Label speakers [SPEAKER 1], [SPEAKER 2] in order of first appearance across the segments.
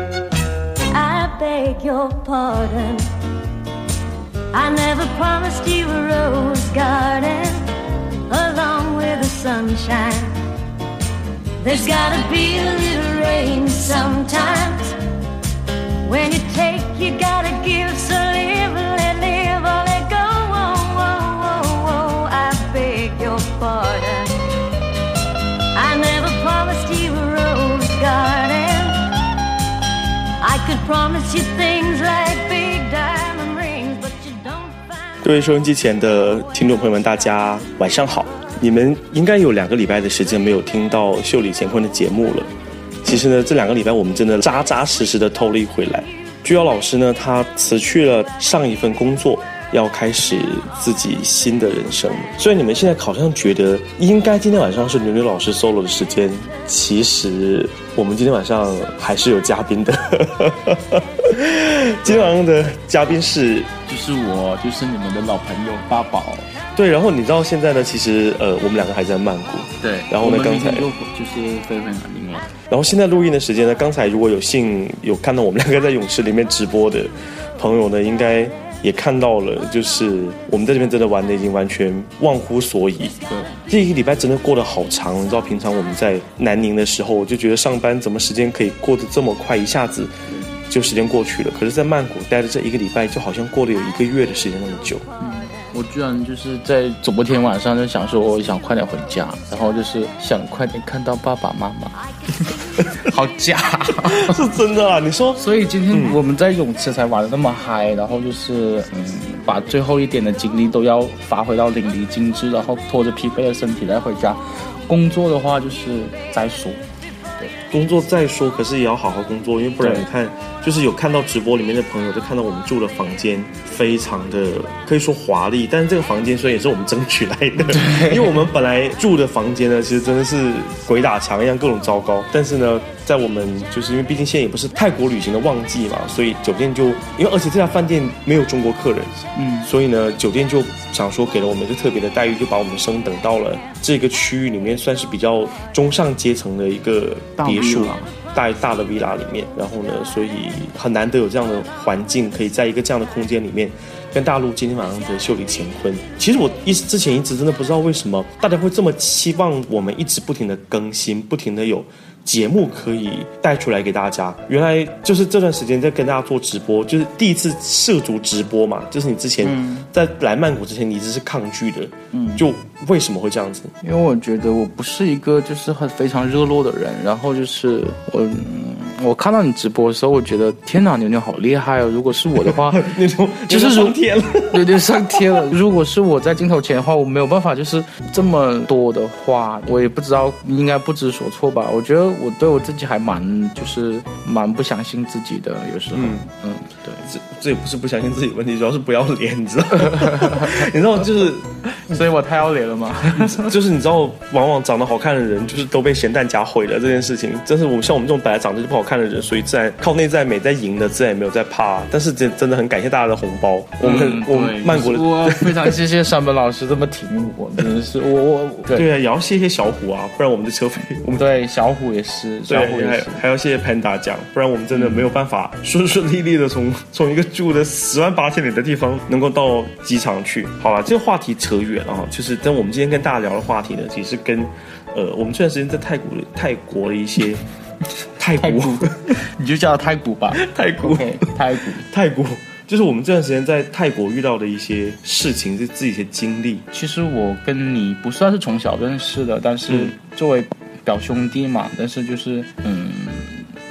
[SPEAKER 1] I beg your pardon. I never promised you a rose garden along with the sunshine. There's gotta be a little rain sometimes. When you take, you gotta give. So live and let live or let go. Oh, oh, oh, oh. I beg your pardon. I never promised you a rose garden. I could promise you things like big diamond rings, but you don't find.
[SPEAKER 2] 各位收音机前的听众朋友们，大家晚上好！你们应该有两个礼拜的时间没有听到《秀里乾坤》的节目了。其实呢，这两个礼拜我们真的扎扎实实的偷了一回来。居瑶老师呢，他辞去了上一份工作，要开始自己新的人生。虽然你们现在好像觉得应该今天晚上是牛牛老师 solo 的时间，其实我们今天晚上还是有嘉宾的。 今天晚上的嘉宾是
[SPEAKER 3] 就是我，就是你们的老朋友八宝。
[SPEAKER 2] 对，然后你知道现在呢，其实呃，我们两个还在曼谷，
[SPEAKER 3] 对，
[SPEAKER 2] 然后呢
[SPEAKER 3] 我们
[SPEAKER 2] 刚
[SPEAKER 3] 明天
[SPEAKER 2] 才
[SPEAKER 3] 就就是飞回南宁了。
[SPEAKER 2] 然后现在录音的时间呢，刚才如果有幸有看到我们两个在泳池里面直播的朋友呢，应该也看到了，就是我们在这边真的玩的已经完全忘乎所以。
[SPEAKER 3] 对，
[SPEAKER 2] 这一个礼拜真的过得好长，你知道平常我们在南宁的时候，我就觉得上班怎么时间可以过得这么快，一下子就时间过去了。可是，在曼谷待的这一个礼拜，就好像过了有一个月的时间那么久。
[SPEAKER 3] 我居然就是在昨天晚上就想说，我想快点回家，然后就是想快点看到爸爸妈 妈。好假！
[SPEAKER 2] 是真的啊！你说
[SPEAKER 3] 所以今天我们在泳池才玩的那么嗨，然后就是嗯，把最后一点的精力都要发挥到淋漓尽致，然后拖着疲惫的身体来回家。工作的话就是再说，
[SPEAKER 2] 工作再说，可是也要好好工作，因为不然
[SPEAKER 3] 对
[SPEAKER 2] 你看，就是有看到直播里面的朋友，就看到我们住的房间非常的可以说华丽，但是这个房间虽然也是我们争取来的， 因为我们本来住的房间呢，其实真的是鬼打墙一样各种糟糕，但是呢，在我们就是因为毕竟现在也不是泰国旅行的旺季嘛，所以酒店就因为而且这家饭店没有中国客人，
[SPEAKER 3] 嗯，
[SPEAKER 2] 所以呢，酒店就想说给了我们一个特别的待遇，就把我们升等到了这个区域里面算是比较中上阶层的一个别墅啊
[SPEAKER 3] 大 villa
[SPEAKER 2] 大大的 villa 里面。然后呢，所以很难得有这样的环境，可以在一个这样的空间里面。跟大陆今天晚上的秀里乾坤，其实我一直之前一直真的不知道为什么大家会这么期望我们一直不停的更新，不停的有节目可以带出来给大家。原来就是这段时间在跟大家做直播，就是第一次涉足直播嘛，就是你之前
[SPEAKER 3] 嗯
[SPEAKER 2] 在来曼谷之前，你一直是抗拒的，嗯，就为什么会这样子？
[SPEAKER 3] 因为我觉得我不是一个就是很非常热络的人，然后就是我，嗯我看到你直播的时候，我觉得天哪，牛牛好厉害哦！如果是我的 话，
[SPEAKER 2] 那种
[SPEAKER 3] 就是
[SPEAKER 2] 那种
[SPEAKER 3] 如
[SPEAKER 2] 上天了，
[SPEAKER 3] 有点上天了。如果是我在镜头前的话，我没有办法，就是这么多的话，我也不知道，应该不知所措吧。我觉得我对我自己还蛮就是蛮不相信自己的，有时候，嗯对。
[SPEAKER 2] 这这也不是不相信自己的问题，主要是不要脸，你知道吗？ 你知道就是
[SPEAKER 3] 所以我太要脸了嘛。
[SPEAKER 2] 就是你知道，往往长得好看的人，就是都被咸蛋夹毁了这件事情。真是我们像我们这种本来长得就不好看的人，所以自然靠内在美在赢的，自然也没有在怕。啊但是真真的很感谢大家的红包，我
[SPEAKER 3] 嗯
[SPEAKER 2] 们、我们曼谷的。
[SPEAKER 3] 我非常谢谢山本老师这么挺我，真的是我我对
[SPEAKER 2] 对啊，也要谢谢小虎啊，不然我们的车费，我们
[SPEAKER 3] 对，小虎也是，小
[SPEAKER 2] 对
[SPEAKER 3] 虎也
[SPEAKER 2] 还
[SPEAKER 3] 是。
[SPEAKER 2] 还要谢谢 Panda 酱，不然我们真的没有办法顺顺利利的从从一个住的十万八千里的地方，能够到机场去。好了，这个话题扯远了哈，就是但我们今天跟大家聊的话题呢，其实跟呃我们这段时间在泰国的泰国的一些泰
[SPEAKER 3] 太
[SPEAKER 2] 国
[SPEAKER 3] 古，你就叫他太古吧。
[SPEAKER 2] 泰国
[SPEAKER 3] OK，太古。
[SPEAKER 2] 泰国，就是我们这段时间在泰国遇到的一些事情，是自己的经历。
[SPEAKER 3] 其实我跟你不算是从小认识的，但是
[SPEAKER 2] 嗯
[SPEAKER 3] 作为表兄弟嘛，但是就是嗯，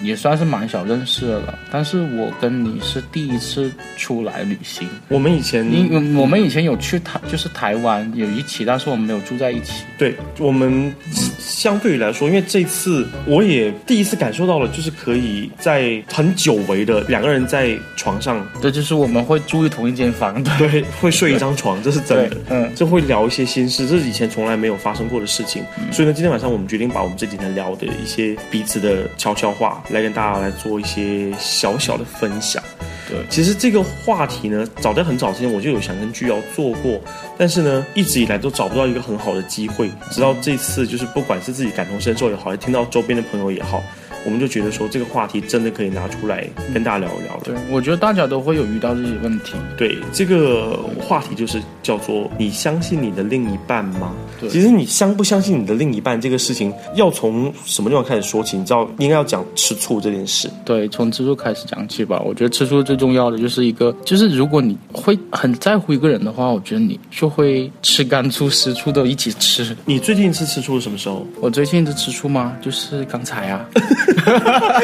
[SPEAKER 3] 也算是蛮小认识的了。但是我跟你是第一次出来旅行，
[SPEAKER 2] 我们以前
[SPEAKER 3] 你我们以前有去台，就是台湾有一起，但是我们没有住在一起。
[SPEAKER 2] 对我们相对于来说，因为这次我也第一次感受到了，就是可以在很久违的两个人在床上，
[SPEAKER 3] 这就是我们会住同一间房的。
[SPEAKER 2] 对，会睡一张床，这是真的
[SPEAKER 3] 对。嗯
[SPEAKER 2] 这会聊一些心事，这是以前从来没有发生过的事情。
[SPEAKER 3] 嗯
[SPEAKER 2] 所以呢，今天晚上我们决定把我们这几天聊的一些彼此的悄悄话，来跟大家来做一些小小的分享。
[SPEAKER 3] 对
[SPEAKER 2] 其实这个话题呢，早在很早之前我就有想跟巨瑶做过，但是呢，一直以来都找不到一个很好的机会，直到这次，就是不管是自己感同身受也好，还是听到周边的朋友也好，我们就觉得说这个话题真的可以拿出来跟大家聊一聊了。
[SPEAKER 3] 对，我觉得大家都会有遇到这些问题。
[SPEAKER 2] 对，这个话题就是叫做“你相信你的另一半吗？”
[SPEAKER 3] 对
[SPEAKER 2] 其实你相不相信你的另一半这个事情，要从什么地方开始说起？你知道，应该要讲吃醋这件事。
[SPEAKER 3] 对，从吃醋开始讲起吧。我觉得吃醋最重要的就是一个，就是如果你会很在乎一个人的话，我觉得你就会吃干醋湿醋都一起吃。
[SPEAKER 2] 你最近一次吃醋是什么时 候？
[SPEAKER 3] 我最近一直吃醋吗？就是刚才啊，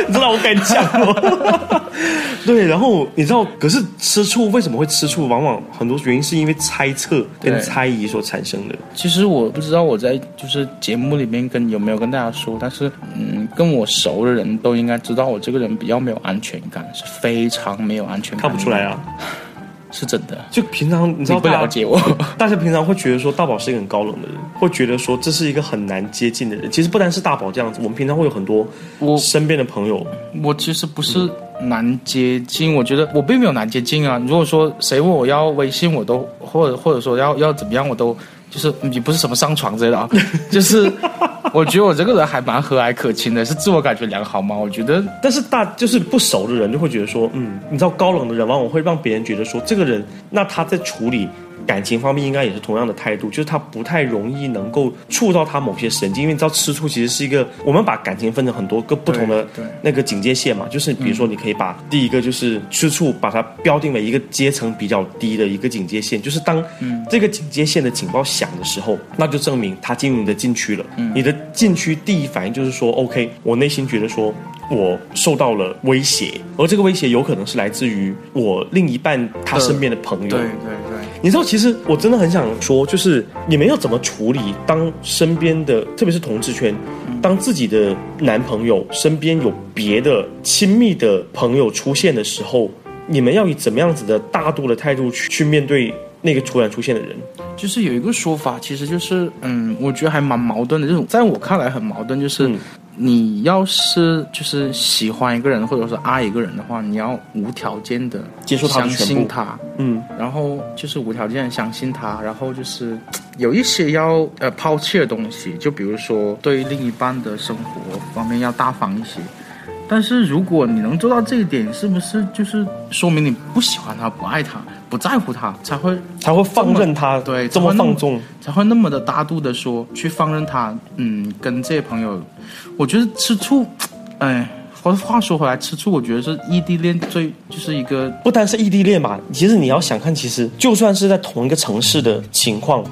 [SPEAKER 2] 你知道我敢讲哦。 对，然后你知道，可是吃醋为什么会吃醋？往往很多原因是因为猜测跟
[SPEAKER 3] 对嗯
[SPEAKER 2] 猜疑所产生的。
[SPEAKER 3] 其实我不知道我在就是节目里面跟有没有跟大家说，但是嗯，跟我熟的人都应该知道我这个人比较没有安全感，是非常没有安全感。
[SPEAKER 2] 看不出来，啊，
[SPEAKER 3] 是真的。
[SPEAKER 2] 就平常你知
[SPEAKER 3] 你
[SPEAKER 2] 道
[SPEAKER 3] 不
[SPEAKER 2] 大家
[SPEAKER 3] 了解我，
[SPEAKER 2] 大家平常会觉得说大宝是一个很高冷的人，会觉得说这是一个很难接近的人。其实不单是大宝这样子，我们平常会有很多
[SPEAKER 3] 我
[SPEAKER 2] 身边的朋友，
[SPEAKER 3] 我其实
[SPEAKER 2] 嗯
[SPEAKER 3] 不是难接近，我觉得我并没有难接近啊。如果说谁问我要微信，我都或者或者说要要怎么样，我都就是你不是什么上床之类的啊， 就是我觉得我这个人还蛮和蔼可亲的，是自我感觉良好吗？我觉得
[SPEAKER 2] 但是大就是不熟的人就会觉得说，嗯，你知道高冷的人往往会让别人觉得说这个人，那他在处理感情方面应该也是同样的态度，就是他不太容易能够触到他某些神经，因为你知道吃醋其实是一个，我们把感情分成很多个不同的
[SPEAKER 3] 对对
[SPEAKER 2] 那个警戒线嘛，就是比如说你可以把第一个就是吃醋，把它标定为一个阶层比较低的一个警戒线，就是当这个警戒线的警报响的时候，那就证明他进入你的禁区了。你的禁区第一反应就是说，OK，我内心觉得说。我受到了威胁，而这个威胁有可能是来自于我另一半他身边的朋友。
[SPEAKER 3] 对，
[SPEAKER 2] 你知道，其实我真的很想说，就是你们要怎么处理当身边的，特别是同志圈，
[SPEAKER 3] 嗯
[SPEAKER 2] 当自己的男朋友身边有别的亲密的朋友出现的时候，你们要以怎么样子的大度的态度去去面对那个突然出现的人？
[SPEAKER 3] 就是有一个说法，其实就是嗯，我觉得还蛮矛盾的，就是在我看来很矛盾，就是。
[SPEAKER 2] 嗯
[SPEAKER 3] 你要是就是喜欢一个人，或者说爱一个人的话，你要无条件的
[SPEAKER 2] 接受他的
[SPEAKER 3] 相
[SPEAKER 2] 全部
[SPEAKER 3] 信他，
[SPEAKER 2] 嗯，
[SPEAKER 3] 然后就是无条件相信他，然后就是有一些要呃抛弃的东西，就比如说对另一半的生活方面要大方一些。但是如果你能做到这一点，是不是就是说明你不喜欢他、不爱他、不在乎他，才会
[SPEAKER 2] 才会放任他
[SPEAKER 3] 这么对
[SPEAKER 2] 这么
[SPEAKER 3] 才会那么
[SPEAKER 2] 放纵。
[SPEAKER 3] 才会那么的大度的说去放任他？嗯，跟这些朋友，我觉得吃醋，哎，话话说回来，吃醋我觉得是异地恋最就是一个
[SPEAKER 2] 不单是异地恋嘛，其实你要想看，其实就算是在同一个城市的情况，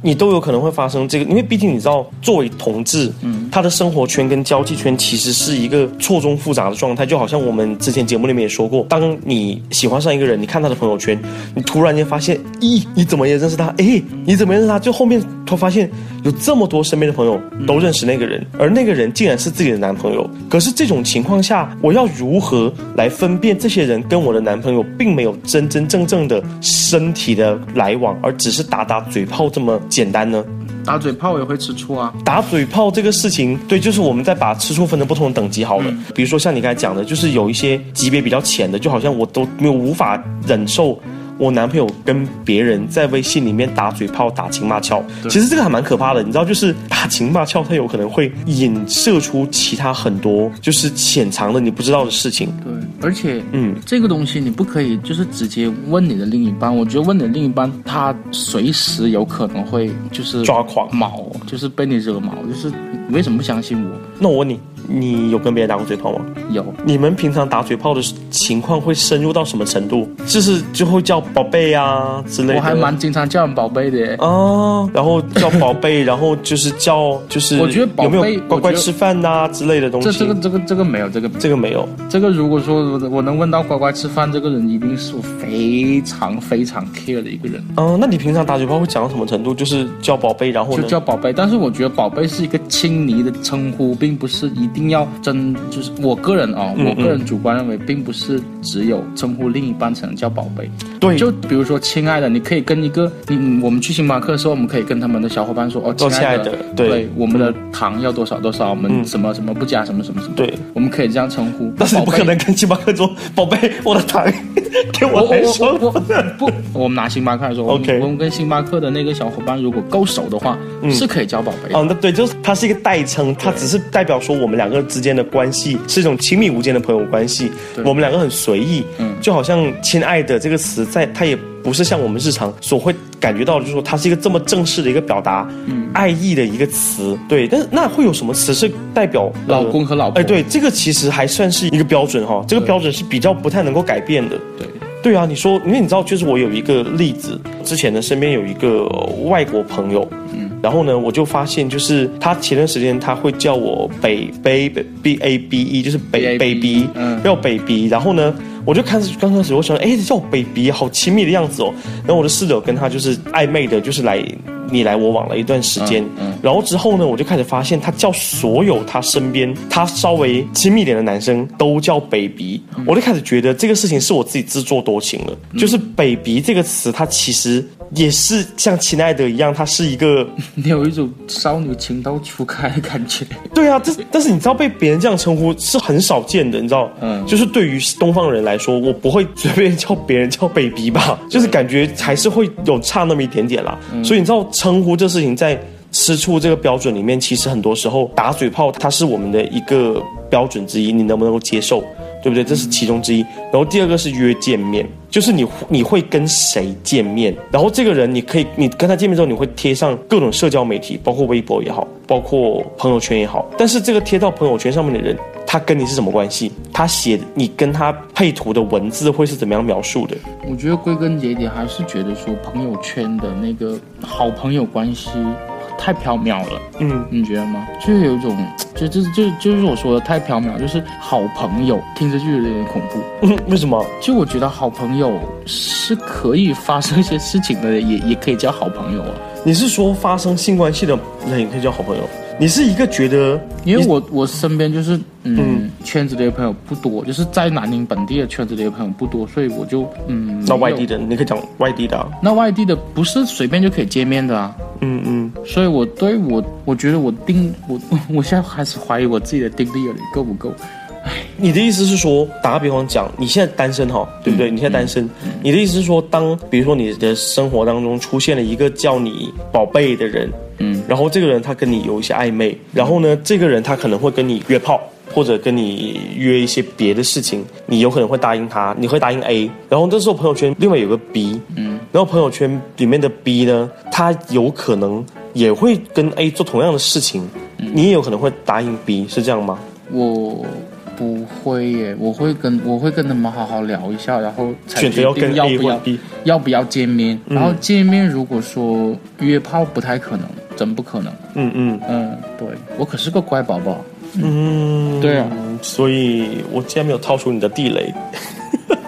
[SPEAKER 2] 你都有可能会发生这个，因为毕竟你知道，作为同志，他的生活圈跟交际圈其实是一个错综复杂的状态。就好像我们之前节目里面也说过，当你喜欢上一个人，你看他的朋友圈，你突然间发现，咦，你怎么也认识他？诶，你怎么也认识他？就后面突然发现有这么多身边的朋友都认识那个人，而那个人竟然是自己的男朋友。可是这种情况下，我要如何来分辨这些人跟我的男朋友并没有真真正正的身体的来往，而只是打打嘴炮这么简单呢？
[SPEAKER 3] 打嘴炮也会吃醋啊。
[SPEAKER 2] 打嘴炮这个事情，对，就是我们再把吃醋分成不同的等级好了。比如说像你刚才讲的，就是有一些级别比较浅的，就好像我都没有无法忍受。我男朋友跟别人在微信里面打嘴炮、打情骂俏，其实这个还蛮可怕的。你知道，就是打情骂俏，它有可能会引射出其他很多就是潜藏的你不知道的事情。
[SPEAKER 3] 对，而且，
[SPEAKER 2] 嗯，
[SPEAKER 3] 这个东西你不可以就是直接问你的另一半，我觉得问你的另一半，他随时有可能会就是
[SPEAKER 2] 抓狂
[SPEAKER 3] 毛，就是被你惹毛，就是你为什么不相信我？
[SPEAKER 2] 那我问你，你有跟别人打过嘴炮吗？
[SPEAKER 3] 有，
[SPEAKER 2] 你们平常打嘴炮的情况会深入到什么程度？就是就会叫宝贝啊之类的。
[SPEAKER 3] 我还蛮经常叫人宝贝的耶。
[SPEAKER 2] 啊，然后叫宝贝，然后就是叫就是，
[SPEAKER 3] 我觉得宝贝
[SPEAKER 2] 有没有乖
[SPEAKER 3] 我
[SPEAKER 2] 乖
[SPEAKER 3] 觉得
[SPEAKER 2] 吃饭呐、之类的东西？
[SPEAKER 3] 这这个这个这个没有，这个
[SPEAKER 2] 这个没有，
[SPEAKER 3] 这个如果说我我能问到乖乖吃饭，这个人一定是我非常非常 care 的一个人，
[SPEAKER 2] 嗯、那你平常打嘴炮会讲到什么程度？就是叫宝贝，然后
[SPEAKER 3] 就
[SPEAKER 2] 呢？
[SPEAKER 3] 叫宝贝。但是我觉得宝贝是一个亲昵的称呼，并不是一定要真，就是我个人啊、
[SPEAKER 2] 嗯
[SPEAKER 3] 我个人主观认为，并不是只有称呼另一半才能叫宝贝。
[SPEAKER 2] 对，
[SPEAKER 3] 就比如说，亲爱的，你可以跟一个你你我们去星巴克的时候，我们可以跟他们的小伙伴说，哦，
[SPEAKER 2] 哦
[SPEAKER 3] 亲爱
[SPEAKER 2] 亲爱的对嗯
[SPEAKER 3] 对，我们的糖要多少多少，我们什么什么不加什么什么什么，
[SPEAKER 2] 对，
[SPEAKER 3] 我们可以这样称呼。
[SPEAKER 2] 但是你不
[SPEAKER 3] 宝贝
[SPEAKER 2] 可能跟星巴克说，宝贝，我的糖 给
[SPEAKER 3] 我
[SPEAKER 2] 我
[SPEAKER 3] 我
[SPEAKER 2] 来
[SPEAKER 3] 我
[SPEAKER 2] 说。
[SPEAKER 3] 我不，我们拿星巴克来说，我们
[SPEAKER 2] OK
[SPEAKER 3] 我们跟星巴克的那个小伙伴如果够熟的话，是可以叫宝贝的。
[SPEAKER 2] 哦，那对，就是它是一个代称，它只是代表说我们两个之间的关系是一种亲密无间的朋友关系，
[SPEAKER 3] 对
[SPEAKER 2] 我们两个很随意，
[SPEAKER 3] 嗯
[SPEAKER 2] 就好像“亲爱的”这个词在，它也不是像我们日常所会感觉到，就是说它是一个这么正式的一个表达，
[SPEAKER 3] 嗯
[SPEAKER 2] 爱意的一个词，对。但是那会有什么词是代表
[SPEAKER 3] 老公和老婆
[SPEAKER 2] 哎，对，这个其实还算是一个标准哈、这个标准是比较不太能够改变的，
[SPEAKER 3] 对，
[SPEAKER 2] 对啊，你说，因为你知道，就是我有一个例子，之前呢，身边有一个外国朋友，嗯，然后呢，我就发现，就是他前段时间他会叫我北北北 B A B E，就是北
[SPEAKER 3] baby，
[SPEAKER 2] 北鼻，
[SPEAKER 3] 嗯
[SPEAKER 2] 叫北鼻，然后呢。我就开始刚开始，我想，哎，叫我北鼻，好亲密的样子哦。然后我就试着跟他就是暧昧的，就是来你来我往了一段时间。
[SPEAKER 3] 嗯嗯
[SPEAKER 2] 然后之后呢，我就开始发现他叫所有他身边他稍微亲密点的男生都叫 baby，、我
[SPEAKER 3] 嗯
[SPEAKER 2] 就开始觉得这个事情是我自己自作多情了。就是 baby 这个词，它其实也是像亲爱的一样，它是一个
[SPEAKER 3] 你有一种少女情窦初开的感觉。
[SPEAKER 2] 对啊，这但是你知道被别人这样称呼是很少见的，你知道？
[SPEAKER 3] 嗯
[SPEAKER 2] 就是对于东方人来说，我不会随便叫别人叫 baby 吧，就是感觉还是会有差那么一点点啦。所以你知道称呼这事情在。吃醋这个标准里面，其实很多时候打嘴炮，它是我们的一个标准之一，你能不能够接受，对不对？这是其中之一。然后第二个是约见面，就是你你会跟谁见面，然后这个人你可以你跟他见面之后，你会贴上各种社交媒体，包括微博也好，包括朋友圈也好。但是这个贴到朋友圈上面的人，他跟你是什么关系？他写你跟他配图的文字会是怎么样描述的？
[SPEAKER 3] 我觉得归根结底还是觉得说朋友圈的那个好朋友关系太缥缈了，
[SPEAKER 2] 嗯，
[SPEAKER 3] 你觉得吗？就是有一种，就就就就是我说的太缥缈，就是好朋友听着就有点恐怖。
[SPEAKER 2] 嗯为什么？
[SPEAKER 3] 就我觉得好朋友是可以发生一些事情的，也也可以叫好朋友啊。
[SPEAKER 2] 你是说发生性关系的人也可以叫好朋友？你是一个觉得
[SPEAKER 3] 因为我我身边就是嗯圈子里的朋友不多，就是在南宁本地的圈子里的朋友不多，所以我就嗯
[SPEAKER 2] 那外地
[SPEAKER 3] 的
[SPEAKER 2] 的，你可以讲外地的啊、
[SPEAKER 3] 那外地的不是随便就可以见面的啊。
[SPEAKER 2] 嗯嗯，
[SPEAKER 3] 所以我对我，我觉得我定我， 我现在开始怀疑我自己的定力有点够不够。
[SPEAKER 2] 你的意思是说，打个比方讲，你现在单身哈，对不对？你现在单身，你的意思是说，当比如说你的生活当中出现了一个叫你宝贝的人，
[SPEAKER 3] 嗯，
[SPEAKER 2] 然后这个人他跟你有一些暧昧，然后呢，这个人他可能会跟你约炮。或者跟你约一些别的事情，你有可能会答应他，你会答应 A，然后这时候朋友圈另外有个 B，嗯，然后朋友圈里面的 B 呢，他有可能也会跟 A 做同样的事情，你也有可能会答应 B，是这样吗？
[SPEAKER 3] 我不会耶，我会跟我会跟他们好好聊一下，然后才
[SPEAKER 2] 选择要
[SPEAKER 3] 决
[SPEAKER 2] 跟
[SPEAKER 3] 定要
[SPEAKER 2] A
[SPEAKER 3] 不
[SPEAKER 2] 或
[SPEAKER 3] 要
[SPEAKER 2] B。嗯
[SPEAKER 3] 要不要见面。然后见面如果说约炮不太可能，真不可能。
[SPEAKER 2] 嗯嗯
[SPEAKER 3] 嗯，对我可是个乖宝宝。
[SPEAKER 2] 嗯，
[SPEAKER 3] 对啊，
[SPEAKER 2] 所以我竟然没有掏出你的地 雷，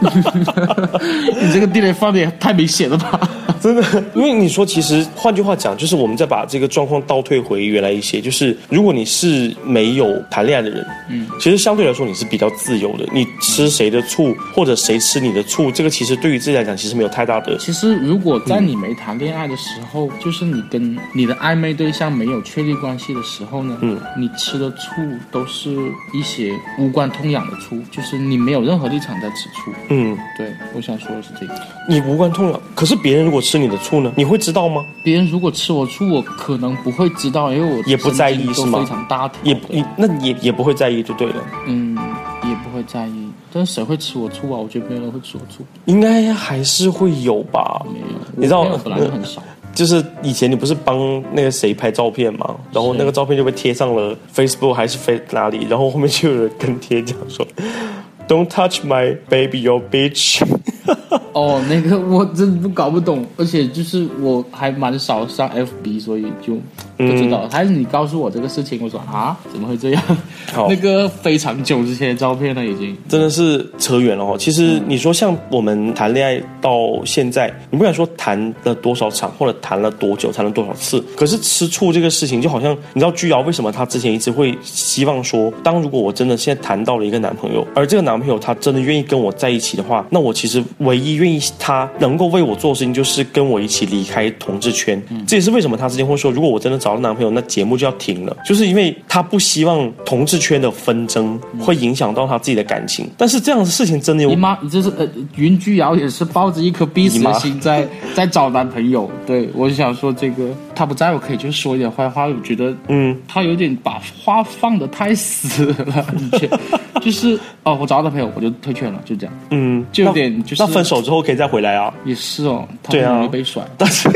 [SPEAKER 3] 你这个地雷放的也太明显了吧？
[SPEAKER 2] 真的，因为你说，其实换句话讲，就是我们再把这个状况倒退回原来一些，就是如果你是没有谈恋爱的人，嗯，其实相对来说你是比较自由的，你吃谁的醋或者谁吃你的醋，这个其实对于自己来讲其实没有太大的
[SPEAKER 3] 其实，如果在你没谈恋爱的时候，就是你跟你的暧昧对象没有确立关系的时候呢，
[SPEAKER 2] 嗯，
[SPEAKER 3] 你吃的醋都是一些无关痛痒的醋，就是你没有任何立场在吃醋。
[SPEAKER 2] 嗯，
[SPEAKER 3] 对，我想说的是这个。
[SPEAKER 2] 你无关痛痒。可是别人如果吃你的醋呢，你会知道吗？
[SPEAKER 3] 别人如果吃我醋，我可能不会知道，因为我
[SPEAKER 2] 也不在意
[SPEAKER 3] 神经
[SPEAKER 2] 是
[SPEAKER 3] 都
[SPEAKER 2] 吗
[SPEAKER 3] 非常大条的，
[SPEAKER 2] 也你那你也也不会在意就对了，
[SPEAKER 3] 嗯也不会在意。但是谁会吃我醋啊？我觉得没有人会吃我醋，
[SPEAKER 2] 应该还是会有吧。
[SPEAKER 3] 没有。
[SPEAKER 2] 你知道
[SPEAKER 3] 我朋友本来就很少。
[SPEAKER 2] 就是以前你不是帮那个谁拍照片嘛，然后那个照片就被贴上了 Facebook 还是 Face 哪里，然后后面就有人跟贴讲说，Don't touch my baby, you bitch。
[SPEAKER 3] 哦，那个我真不搞不懂，而且就是我还蛮少上 FB，所以就
[SPEAKER 2] 嗯
[SPEAKER 3] 不知道。还是你告诉我这个事情，我说啊，怎么会这样？
[SPEAKER 2] 好
[SPEAKER 3] 那个非常久之前的照片了，已经。
[SPEAKER 2] 真的是扯远了哦。其实你说像我们谈恋爱到现在，你不敢说谈了多少场，或者谈了多久，谈了多少次。可是吃醋这个事情，就好像你知道居瑶为什么她之前一直会希望说，当如果我真的现在谈到了一个男朋友，而这个男朋友他真的愿意跟我在一起的话，那我其实唯一愿意他能够为我做的事情，就是跟我一起离开同志圈。
[SPEAKER 3] 嗯
[SPEAKER 2] 这也是为什么她之前会说，如果我真的找到男朋友，那节目就要停了，就是因为她不希望同志圈的纷争
[SPEAKER 3] 嗯
[SPEAKER 2] 会影响到她自己的感情。但是这样的事情真的有
[SPEAKER 3] 你妈，你这是呃，云居瑶也是抱着一颗必死
[SPEAKER 2] 你妈
[SPEAKER 3] 的心在 在找男朋友。对，我就想说这个，他不在我可以就说一点坏话，我觉得
[SPEAKER 2] 嗯，
[SPEAKER 3] 他有点把话放得太死了， 你觉得就是哦，我找到男朋友我就退圈了，就这样。
[SPEAKER 2] 嗯，
[SPEAKER 3] 就有
[SPEAKER 2] 那
[SPEAKER 3] 点就是
[SPEAKER 2] 那分手之后可以再回来啊。
[SPEAKER 3] 也是哦，他
[SPEAKER 2] 对啊
[SPEAKER 3] 很容易被甩。
[SPEAKER 2] 但 是，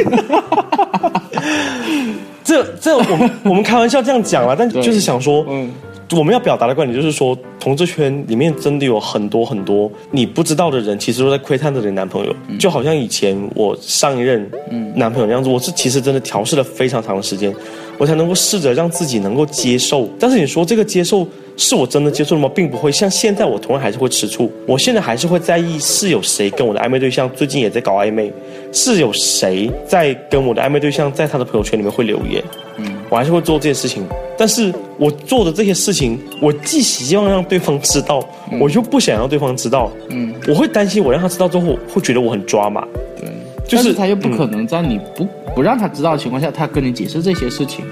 [SPEAKER 2] 这这我们我们开玩笑这样讲啊了，但就是想说，
[SPEAKER 3] 嗯，
[SPEAKER 2] 我们要表达的观点就是说，同志圈里面真的有很多很多你不知道的人，其实都在窥探着你男朋友。就好像以前我上一任男朋友那样子，我是其实真的调试了非常长的时间，我才能够试着让自己能够接受。但是你说这个接受是我真的接受了吗？并不会。像现在我同样还是会吃醋，我现在还是会在意是有谁跟我的暧昧对象最近也在搞暧昧，是有谁在跟我的暧昧对象在他的朋友圈里面会留言。我还是会做这些事情，但是我做的这些事情，我既希望让对方知道，我又不想让对方知道，嗯，我会担心我让他知道之后会觉得我很抓马，
[SPEAKER 3] 对，
[SPEAKER 2] 就是嗯
[SPEAKER 3] 但他又不可能在你不、不让他知道的情况下，他跟你解释这些事情。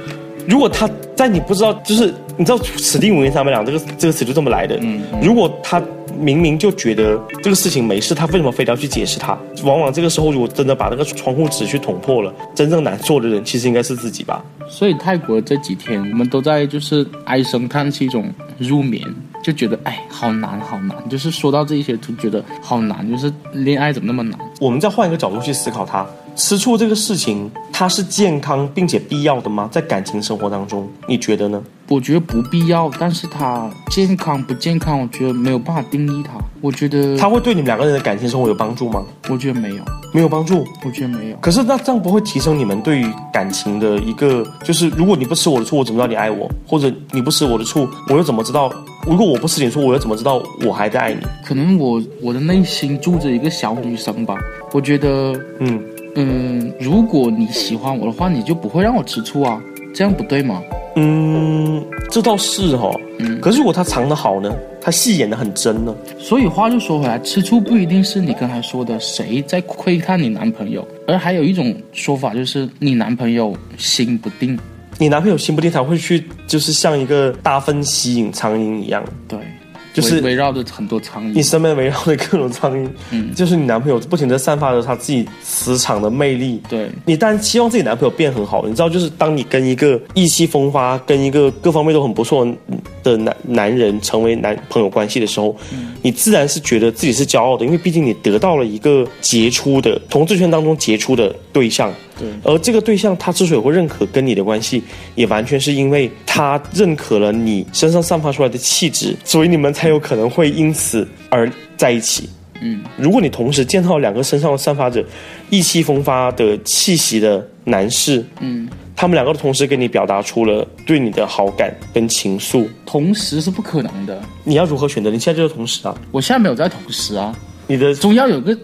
[SPEAKER 2] 如果他在你不知道，就是你知道“此地无银三百两”这个这个词就这么来的。嗯，如果他明明就觉得这个事情没事，他为什么非得要去解释它？往往这个时候，如果真的把那个窗户纸去捅破了，真正难受的人其实应该是自己吧。
[SPEAKER 3] 所以泰国这几天我们都在就是唉声叹气中入眠，就觉得哎好难好难，就是说到这一些就觉得好难，就是恋爱怎么那么难？
[SPEAKER 2] 我们再换一个角度去思考它，吃醋这个事情，它是健康并且必要的吗？在感情生活当中，你觉得呢？
[SPEAKER 3] 我觉得不必要，但是它健康不健康，我觉得没有办法定义它。我觉得
[SPEAKER 2] 它会对你们两个人的感情生活有帮助吗？
[SPEAKER 3] 我觉得没有，
[SPEAKER 2] 没有帮助。
[SPEAKER 3] 我觉得没有。
[SPEAKER 2] 可是那这样不会提升你们对于感情的一个，就是如果你不吃我的醋，我怎么知道你爱我？或者你不吃我的醋，我又怎么知道？如果我不吃你的醋，我又怎么知道我还在爱你？
[SPEAKER 3] 可能我我的内心住着一个小女生吧，我觉得
[SPEAKER 2] 嗯，
[SPEAKER 3] 嗯，如果你喜欢我的话，你就不会让我吃醋啊，这样不对吗？
[SPEAKER 2] 嗯，这倒是哈、哦。
[SPEAKER 3] 嗯
[SPEAKER 2] 可是如果他藏得好呢？他戏演得很真呢？
[SPEAKER 3] 所以话就说回来，吃醋不一定是你刚才说的谁在窥探你男朋友，而还有一种说法就是你男朋友心不定。
[SPEAKER 2] 你男朋友心不定，他会去就是像一个大粪吸引苍蝇一样，
[SPEAKER 3] 对，
[SPEAKER 2] 就是
[SPEAKER 3] 围围绕着很多苍
[SPEAKER 2] 你
[SPEAKER 3] 蝇。
[SPEAKER 2] 身边围绕着各种苍蝇，
[SPEAKER 3] 嗯
[SPEAKER 2] 就是你男朋友不停的散发着他自己磁场的魅力，
[SPEAKER 3] 对，
[SPEAKER 2] 你当然希望自己男朋友变很好，你知道，就是当你跟一个意气风发、跟一个各方面都很不错的男男人成为男朋友关系的时候，你自然是觉得自己是骄傲的，因为毕竟你得到了一个杰出的同志圈当中杰出的对象。
[SPEAKER 3] 对
[SPEAKER 2] 而这个对象他之所以会认可跟你的关系，也完全是因为他认可了你身上散发出来的气质，所以你们才有可能会因此而在一起。
[SPEAKER 3] 嗯，
[SPEAKER 2] 如果你同时见到两个身上散发着意气风发的气息的男士，
[SPEAKER 3] 嗯，
[SPEAKER 2] 他们两个同时给你表达出了对你的好感跟情愫，
[SPEAKER 3] 同时是不可能的。
[SPEAKER 2] 你要如何选择？你现在就是同时啊，
[SPEAKER 3] 我现在没有在同时啊，
[SPEAKER 2] 你的
[SPEAKER 3] 总要 有个。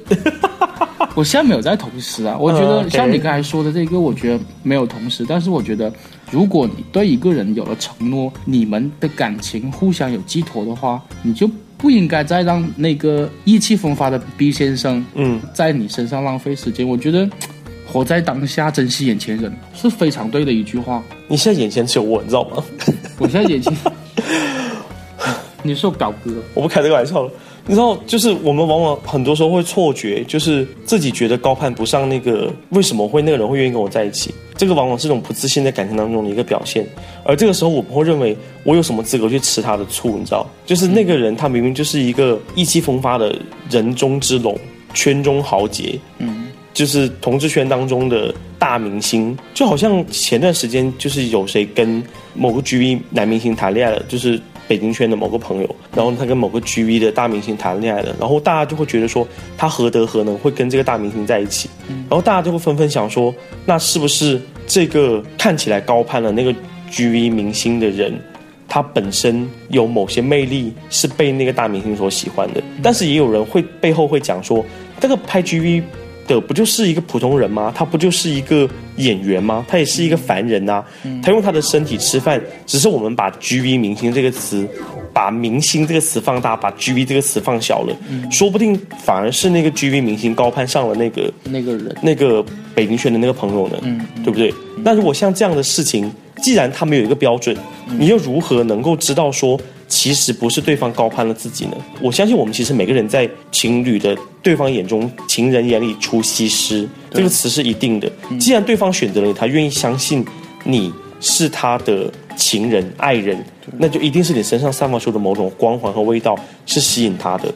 [SPEAKER 3] 我现在没有在同时啊，我觉
[SPEAKER 2] 嗯
[SPEAKER 3] 得
[SPEAKER 2] ，OK
[SPEAKER 3] 像你刚才说的这个，我觉得没有同时，但是我觉得，如果你对一个人有了承诺，你们的感情互相有寄托的话，你就不应该再让那个意气风发的 B 先生
[SPEAKER 2] 嗯，
[SPEAKER 3] 在你身上浪费时间。我觉得，活在当下，珍惜眼前人是非常对的一句话。
[SPEAKER 2] 你现在眼前只有我，你知道吗？
[SPEAKER 3] 我现在眼 前，你是我表哥，
[SPEAKER 2] 我不开这个玩笑了。你知道，就是我们往往很多时候会错觉，就是自己觉得高攀不上那个，为什么会那个人会愿意跟我在一起？这个往往是一种不自信在感情当中的一个表现。而这个时候，我们会认为我有什么资格去吃他的醋？你知道，就是那个人他明明就是一个意气风发的人中之龙，圈中豪杰，
[SPEAKER 3] 嗯，
[SPEAKER 2] 就是同志圈当中的大明星，就好像前段时间就是有谁跟某个 GV 男明星谈恋爱了，就是北京圈的某个朋友，然后他跟某个 GV 的大明星谈恋爱了，然后大家就会觉得说他何德何能会跟这个大明星在一起，然后大家就会纷纷想说，那是不是这个看起来高攀了那个 GV 明星的人，他本身有某些魅力是被那个大明星所喜欢的，但是也有人会背后会讲说，这个拍 GV 的不就是一个普通人吗？他不就是一个演员吗？他也是一个凡人呐、他用他的身体吃饭，只是我们把 GV 明星这个词，把明星这个词放大，把 GV 这个词放小了，说不定反而是那个 GV 明星高攀上了那个
[SPEAKER 3] 那个人，
[SPEAKER 2] 那个北京圈的那个朋友呢？嗯，对不对？那如果像这样的事情，既然他们有一个标准，你又如何能够知道说，其实不是对方高攀了自己呢？我相信我们其实每个人在情侣的对方眼中、情人眼里出西施这个词是一定的。既然对方选择了你，他愿意相信你是他的情人、爱人，那就一定是你身上散发出的某种光环和味道是吸引他的，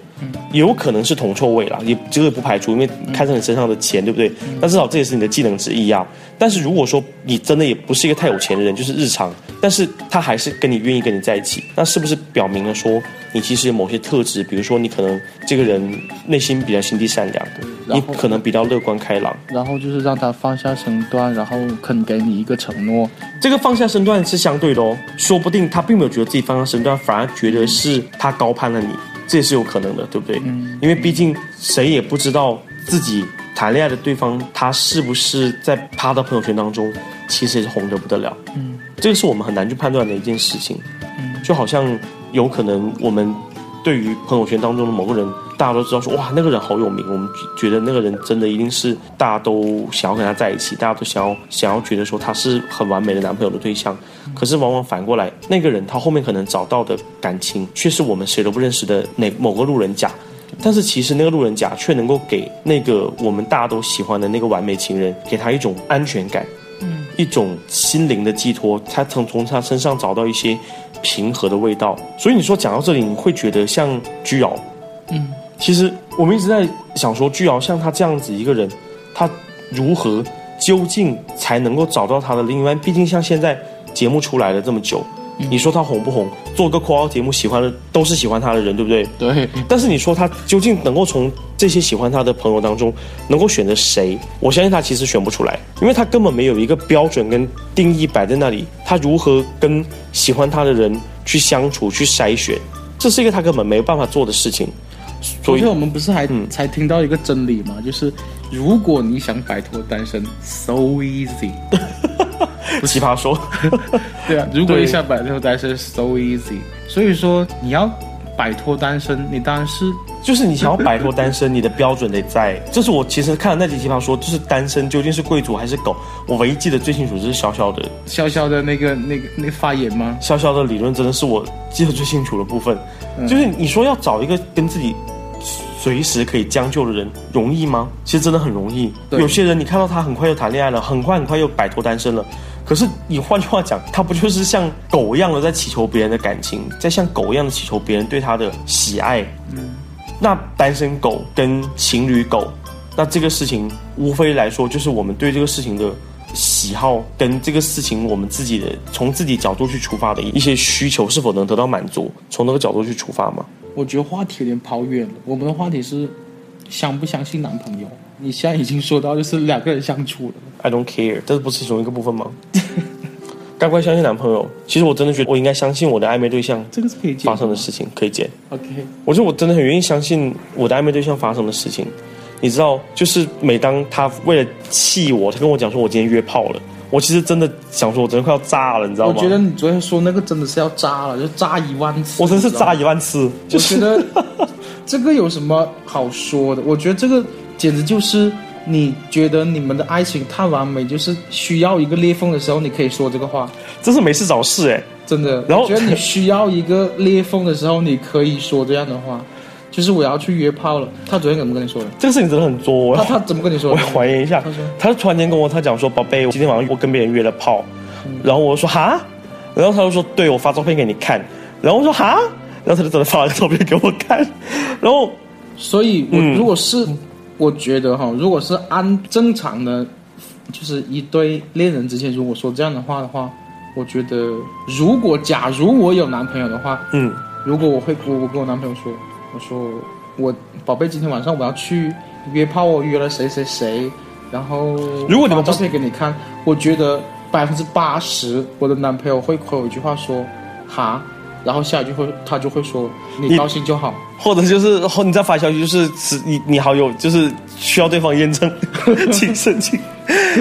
[SPEAKER 2] 也有可能是铜臭味啦，也这个不排除，因为看上你身上的钱，对不对？
[SPEAKER 3] 嗯
[SPEAKER 2] 但至少这也是你的技能之一啊。但是如果说你真的也不是一个太有钱的人，就是日常，但是他还是跟你愿意跟你在一起，那是不是表明了说你其实有某些特质，比如说你可能这个人内心比较心地善良，
[SPEAKER 3] 然
[SPEAKER 2] 你
[SPEAKER 3] 后
[SPEAKER 2] 可能比较乐观开朗，
[SPEAKER 3] 然后就是让他放下身段，然后肯给你一个承诺，
[SPEAKER 2] 这个放下身段是相对的哦，说不定他并没有觉得自己放下身段，反而觉得是他高攀了你，这也是有可能的，对不对？嗯，因为毕竟谁也不知道自己谈恋爱的对方他是不是在他的朋友圈当中其实也是红得不得了，嗯，这个是我们很难去判断的一件事情，嗯，就好像有可能我们对于朋友圈当中的某个人，大家都知道说哇那个人好有名，我们觉得那个人真的一定是大家都想要跟他在一起，大家都想要想要觉得说他是很完美的男朋友的对象。可是往往反过来，那个人他后面可能找到的感情却是我们谁都不认识的哪某个路人甲。但是其实那个路人甲却能够给那个我们大家都喜欢的那个完美情人，给他一种安全感，一种心灵的寄托，他从从他身上找到一些平和的味道。所以你说讲到这里，你会觉得像居瑶，嗯，其实我们一直在想说，居瑶像他这样子一个人，他如何究竟才能够找到他的另一半？毕竟像现在节目出来了这么久，你说他红不红？做个括号节目，喜欢的都是喜欢他的人，对不对？
[SPEAKER 3] 对，
[SPEAKER 2] 但是你说他究竟能够从这些喜欢他的朋友当中，能够选择谁？我相信他其实选不出来，因为他根本没有一个标准跟定义摆在那里，他如何跟喜欢他的人去相处、去筛选，这是一个他根本没有办法做的事情。所
[SPEAKER 3] 昨
[SPEAKER 2] 以嗯
[SPEAKER 3] 天我们不是还、才听到一个真理嘛，就是如果你想摆脱单身，so easy，
[SPEAKER 2] 奇葩说，
[SPEAKER 3] 对啊， 如果
[SPEAKER 2] 对
[SPEAKER 3] 你想摆脱单身，so easy，所以说你要摆脱单身，你当然是
[SPEAKER 2] 就是你想要摆脱单身，你的标准得在。这是我其实看了那集奇葩说，就是单身究竟是贵族还是狗，我唯一记得最清楚就是小小的
[SPEAKER 3] 笑笑的那个那个那发言吗？
[SPEAKER 2] 潇潇的理论真的是我记得最清楚的部分，就是你说要找一个跟自己随时可以将就的人，容易吗？其实真的很容易。
[SPEAKER 3] 对
[SPEAKER 2] 有些人你看到他很快就谈恋爱了，很快很快又摆脱单身了，可是你换句话讲，他不就是像狗一样的在祈求别人的感情，在像狗一样的祈求别人对他的喜爱？那单身狗跟情侣狗，那这个事情无非来说就是我们对这个事情的喜好跟这个事情我们自己的从自己角度去出发的一些需求是否能得到满足，从那个角度去出发嘛。
[SPEAKER 3] 我觉得话题有点跑远了，我们的话题是相不相信男朋友。你现在已经说到就是两个人相处了，
[SPEAKER 2] I don't care，这不是其中一个部分吗？该不该相信男朋友？其实我真的觉得我应该相信我的暧昧对象
[SPEAKER 3] 这个是可以解
[SPEAKER 2] 发生的事情，可以减。
[SPEAKER 3] OK，
[SPEAKER 2] 我觉得我真的很愿意相信我的暧昧对象发生的事情。你知道，就是每当他为了气我，他跟我讲说我今天约炮了，我其实真的想说，我真的快要炸了，你知道
[SPEAKER 3] 我
[SPEAKER 2] 吗？
[SPEAKER 3] 觉得你昨天说那个真的是要炸了，就炸一万次。
[SPEAKER 2] 我真是
[SPEAKER 3] 你知道吗
[SPEAKER 2] 炸一万次，就
[SPEAKER 3] 我
[SPEAKER 2] 是
[SPEAKER 3] 觉得这个有什么好说的？我觉得这个简直就是你觉得你们的爱情太完美，就是需要一个裂缝的时候，你可以说这个话，
[SPEAKER 2] 真是没事找事哎、
[SPEAKER 3] 真的。
[SPEAKER 2] 然后
[SPEAKER 3] 我觉得你需要一个裂缝的时候，你可以说这样的话，就是我要去约炮了。他昨天怎么跟你说的？
[SPEAKER 2] 这个事情真的很作。 我
[SPEAKER 3] 他
[SPEAKER 2] 要
[SPEAKER 3] 他怎么跟你 说
[SPEAKER 2] 我
[SPEAKER 3] 的
[SPEAKER 2] 要？还原一下
[SPEAKER 3] 他说，
[SPEAKER 2] 他突然间跟我他讲说，宝贝，我今天晚上我跟别人约了炮，
[SPEAKER 3] 嗯
[SPEAKER 2] 然后我说哈，然后他就说对我发照片给你看，然后我说哈，然后他就真的发了照片给我看，然后
[SPEAKER 3] 所以我，
[SPEAKER 2] 嗯
[SPEAKER 3] 如果是、我觉得哈，如果是按正常的，就是一对恋人之间，如果说这样的话的话，我觉得如果假如我有男朋友的话，
[SPEAKER 2] 嗯，
[SPEAKER 3] 如果我会我我跟我男朋友说，我说我宝贝，今天晚上我要去约炮哦，我约了谁谁谁，然后
[SPEAKER 2] 如果你们不
[SPEAKER 3] 发
[SPEAKER 2] 是
[SPEAKER 3] 照片给你看，我觉得百分之八十我的男朋友会回我一句话说哈，然后下一句会他就会说你
[SPEAKER 2] 你
[SPEAKER 3] 高兴就好。
[SPEAKER 2] 或者就是后你再发消息，就是此你你好友就是需要对方验 证，请申请，